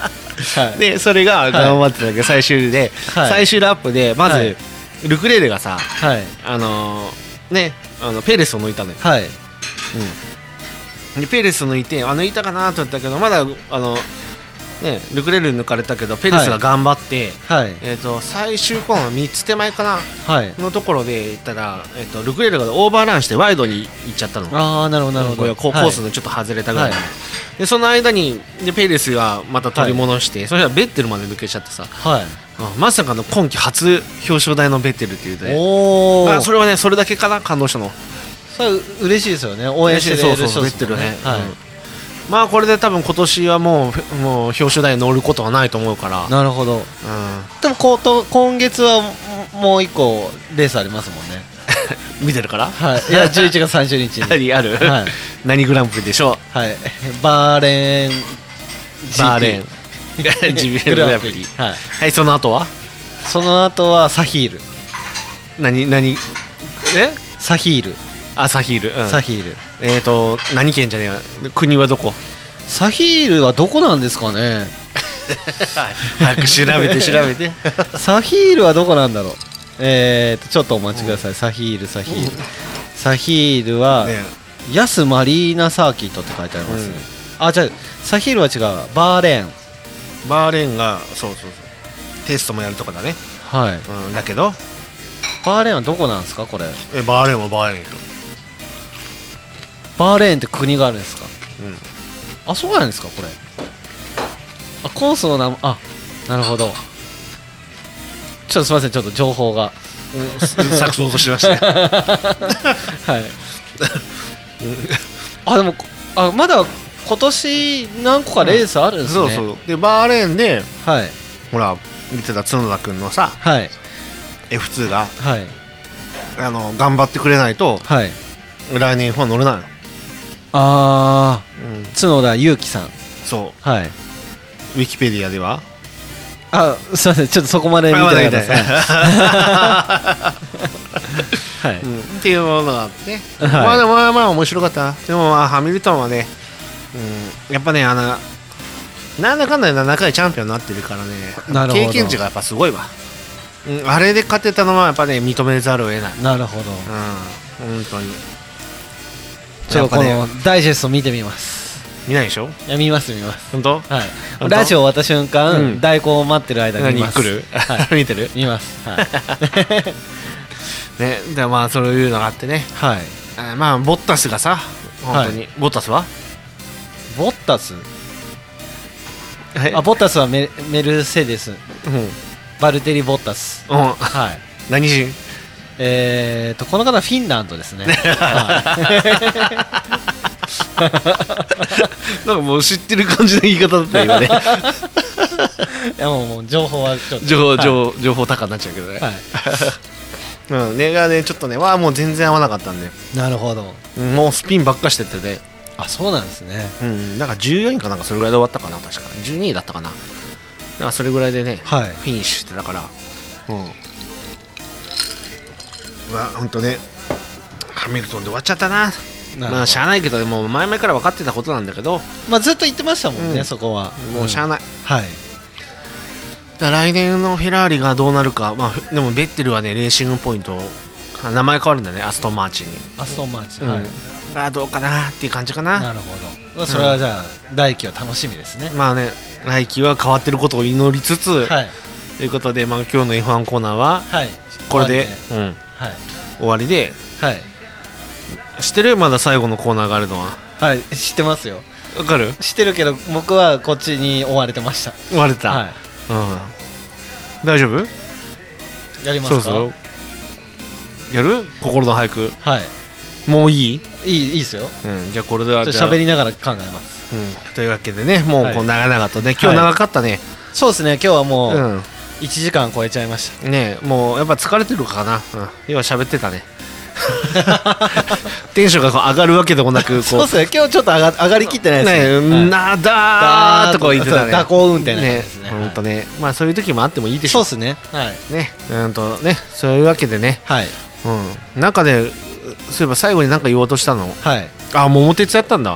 い
でそれが頑張ってたけど最終で、
はい
最終ラップでまず、
はい
ルクレールがさ
はい
あのーねあのペレスを抜いたのよ、
はい
でペレス抜いてあ抜いたかなと思ったけどまだあのねルクレール抜かれたけどペレスが頑張って、
はい
えー、と最終コーンは3つ手前かな
はい
のところで行ったら、えー、とルクレールがオーバーランしてワイドに行っちゃったの
ああなるほどなるほ
これ
ど
はこうコースのちょっと外れたぐらいの、
はい
でその間にでペレスがまた取り戻して、そしたらベッテルまで抜けちゃってさ
はい、はい
あまさかの今季初表彰台のベッテルっていうね
おお
あそれはねそれだけかな感動したの
それ嬉しいですよね応援して
そう
る人
そうそうベ
で
ッ
す
テ
も
ル
ん
ね、
はい
うんまあこれで多分今年はもうもう表彰台に乗ることはないと思うから、
なるほど
う
でもこうと今月はもう一個レースありますもんね
ん、見てる から
はいいや11月30日に
何ある、
はい
何グランプリでしょう
はいバーレーン GP
バーレ ーン GBL グ
グ
ラ
ラ
ン
ンプ
プリ
リ
は
はいい、
その後は
その後はサヒール
何何え
サヒール、
あサヒール、うん
サヒール
えっ、ー、と何県じゃねえわ国はどこ
サヒールはどこなんですかね
早く調べて調べ て
サヒールはどこなんだろうえー、とちょっとお待ちください、サヒールサヒールサヒールは、
ね
ヤスマリーナサーキットって書いてありますね、あじゃあサヒールは違うバーレーン
バーレーンがそうそうそうテストもやるとこだね、
はい
うん、だけど
バーレーンはどこなんですかこれ
えバーレーンはバーレーンよ
バーレーンって国があるんですか
うん
あそうなんですかこれあコースの名前あなるほどちょっとすいませんちょっと情報が
錯綜としましたよ
はいあでもあまだ今年何個かレースあるんですね、
そうそうでバーレーンで
はい
ほら見てた角田君のさ
はい
F2 が
はい
あの頑張ってくれないと
はい
来年 F1 乗れない
ああ
の、うん、
角田裕樹さん
そう
はい
ウィキペディアでは
あすいませんちょっとそこまで見てなかったですはい はい
うんっていうものがあって、
はい
まあでもまあまあ面白かったでもまあハミルトンはね、うん、やっぱねあのなんだかんだで7回チャンピオンになってるからね
なるほど
経験値がやっぱすごいわ、うん、あれで勝てたのはやっぱね認めざるを得ない
なるほど
うん本当に
ちょっとこ
やっぱね
のダイジェスト見てみます
見ないでしょ
いや見ます見ます
本当
はい
本当
ラジオ終わった瞬間、
うん
代行を待ってる間に見
何
ます
来る、
は
見てる
い、見ますはい、
ねでまあそういうのがあってね
はい、
あまあボッタスがさ本当に、ボッタスは
ボッタス
は い
あボッタスはメメルセデス
うん、うん、
バルテリ・ボッタスはい
何人
えー、とこの方はフィンランドです ね
なんかもう知ってる感じの言い方だったよ今ね
い やもうもう情報はちょっと
情報情報情報高になっちゃうけどね、
は
うん、根がねちょっとねわあもう全然合わなかったんで
い、なるほど
もうスピンばっかしててね
あそうなんですね
うんなんか14位かなんかそれぐらいで終わったかな確か12位だったかななんかそれぐらいでね、
はい
フィニッシュしてたからうんうわほんとねハミルトンで終わっちゃったな
なるほど
まあしゃあないけどもう前々から分かってたことなんだけど
まあずっと言ってましたもんね、
うん
そこは
もうしゃあない、
はい
だから来年のフェラーリがどうなるか、まあ、でもベッテルはねレーシングポイントあ名前変わるんだねアストンマーチンに、
アストンマーチン、
うん
はい
あどうかなっていう感じかな
なるほどそれはじゃあ、来期は楽しみですね、
まあね来季は変わってることを祈りつつ、
はい
ということで、まあ、今日の F1 コーナーは
はい
これで
終わ
終わ,、うん、
り
終わりで
はいはい
知ってるまだ最後のコーナーがあるのは
はい、知ってますよ
わかる
知ってるけど僕はこっちに追われてました
終われた、
は
うん、大丈夫
いやります
そ
か
ろそろやる心の俳句
はい
もういい、
いいいいですよ
うん、じゃあこれでは
ちょっ
じ
と
ゃあ
喋りながら考えます
うん、というわけでねもうこ
は
う
い
長々とね、今日長かったね、
そうですね今日はもう1時間超えちゃいまし
うんねもうやっぱ疲れてるかな、うん、今喋っ てたねテンションがこう上がるわけでもなくこう
た、そうですね今日ちょっと上が上がりきってないですね
ね
はい
なだーとか言ってたね。
そう蛇行運転なん
ね
です。ね
本当ね。まあそういう時もあってもいいでし
そう
ょ
ですねはい、
ね。うんとね、そういうわけでね。
はい
うん。なんかね、うそういえば最後になんか言おうとしたの。
はい
あ、桃鉄やったんだ。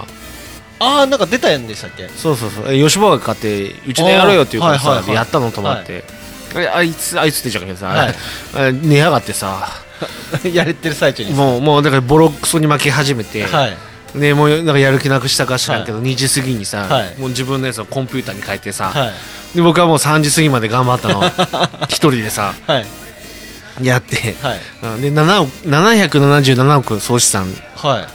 ああなんか出たんでしたっけ
そうそうそう。え吉坊が買ってうちでやろうよっていうから
あーはい
さ
はい、はい
やったのと思って。えあいつあいつって言っちゃうけどさ、
はい
あれ寝やがってさ、
やれてる最中に
もうもうだからボロクソに負け始めて。
はい
ね、もうなんかやる気なくしたか知らんけど、2時過ぎにさ、
はい
もう自分のやつをコンピューターに変えてさ、
はい
で僕はもう3時過ぎまで頑張っ たの一人でさ
はい
やって、
はい
うんで7億777億総資産
はい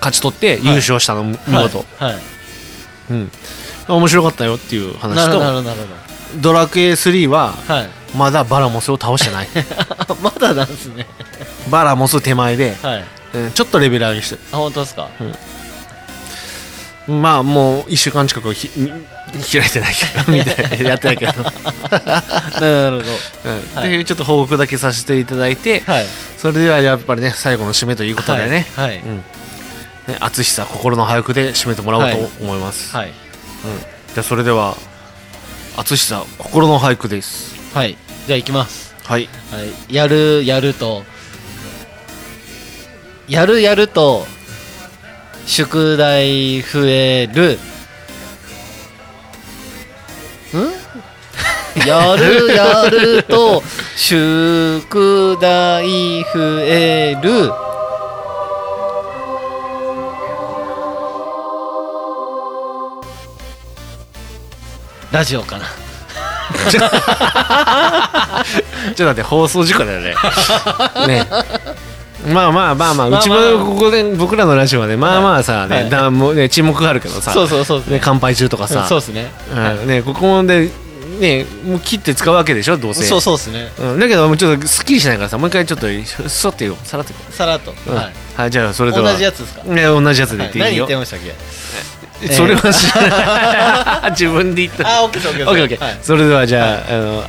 勝ち取って優勝したの、見事、
はい、はい
うん、面白かったよっていう話
なるほどなるほ
と
どなるほ
ドラクエ3は
どはい
まだバラモスを倒してない
まだなんですね
バラモス手前で、
はい
うんちょっとレベル上げして
あ本当ですか
るまあもう1週間近くひみ開いてないけど見てやってないけど、
なるほど
うん
はい
っていうちょっと報告だけさせていただいて、
はい
それではやっぱりね最後の締めということでね、
はいはい
うんね、熱さ心の俳句で締めてもらおうと思います、
はい
じゃあそれでは熱さ心の俳句です
はいじゃあ行きます
はい
はい、やるやるとやるやると宿題増えるん やるやると宿題増えるラジオかな
ちょっと待って放送事故だ よねねまあまあまあまあ、
まあ
うち
まあ
もここで僕らのラジオはねまあまあさ、ね
はい
だもうね沈黙があるけどさ
そうそうそうです
ね、
ね
乾杯中とかさ、
そうですね
うんね、ここでねもう切って使うわけでしょどうせ
そうそうですね
うん、だけどもうちょっとすっきりしないからさもう一回ちょっとそってよさらってよ
さらっと、
うん
はい
はい、じゃあそれでは
同じやつですか、
ね同じやつで
はい
言ってい
何
い
言
よ、
ってましたっけ えー
それは知らない 自分で言った
あオッケーですオッケー
オッケ
で
ーオッ
す
ケ
は
ーそれではじゃあ、あの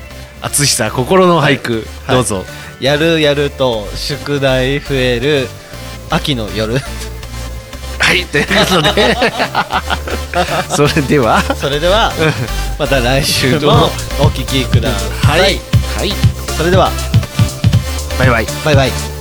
淳さん心の俳句、
はい
どうぞ、
いやるやると宿題増える秋の 夜
はい、ということでそ れでは
それではまた来週 もお聞きください、
はい
それでは
バイバイ
バイバイ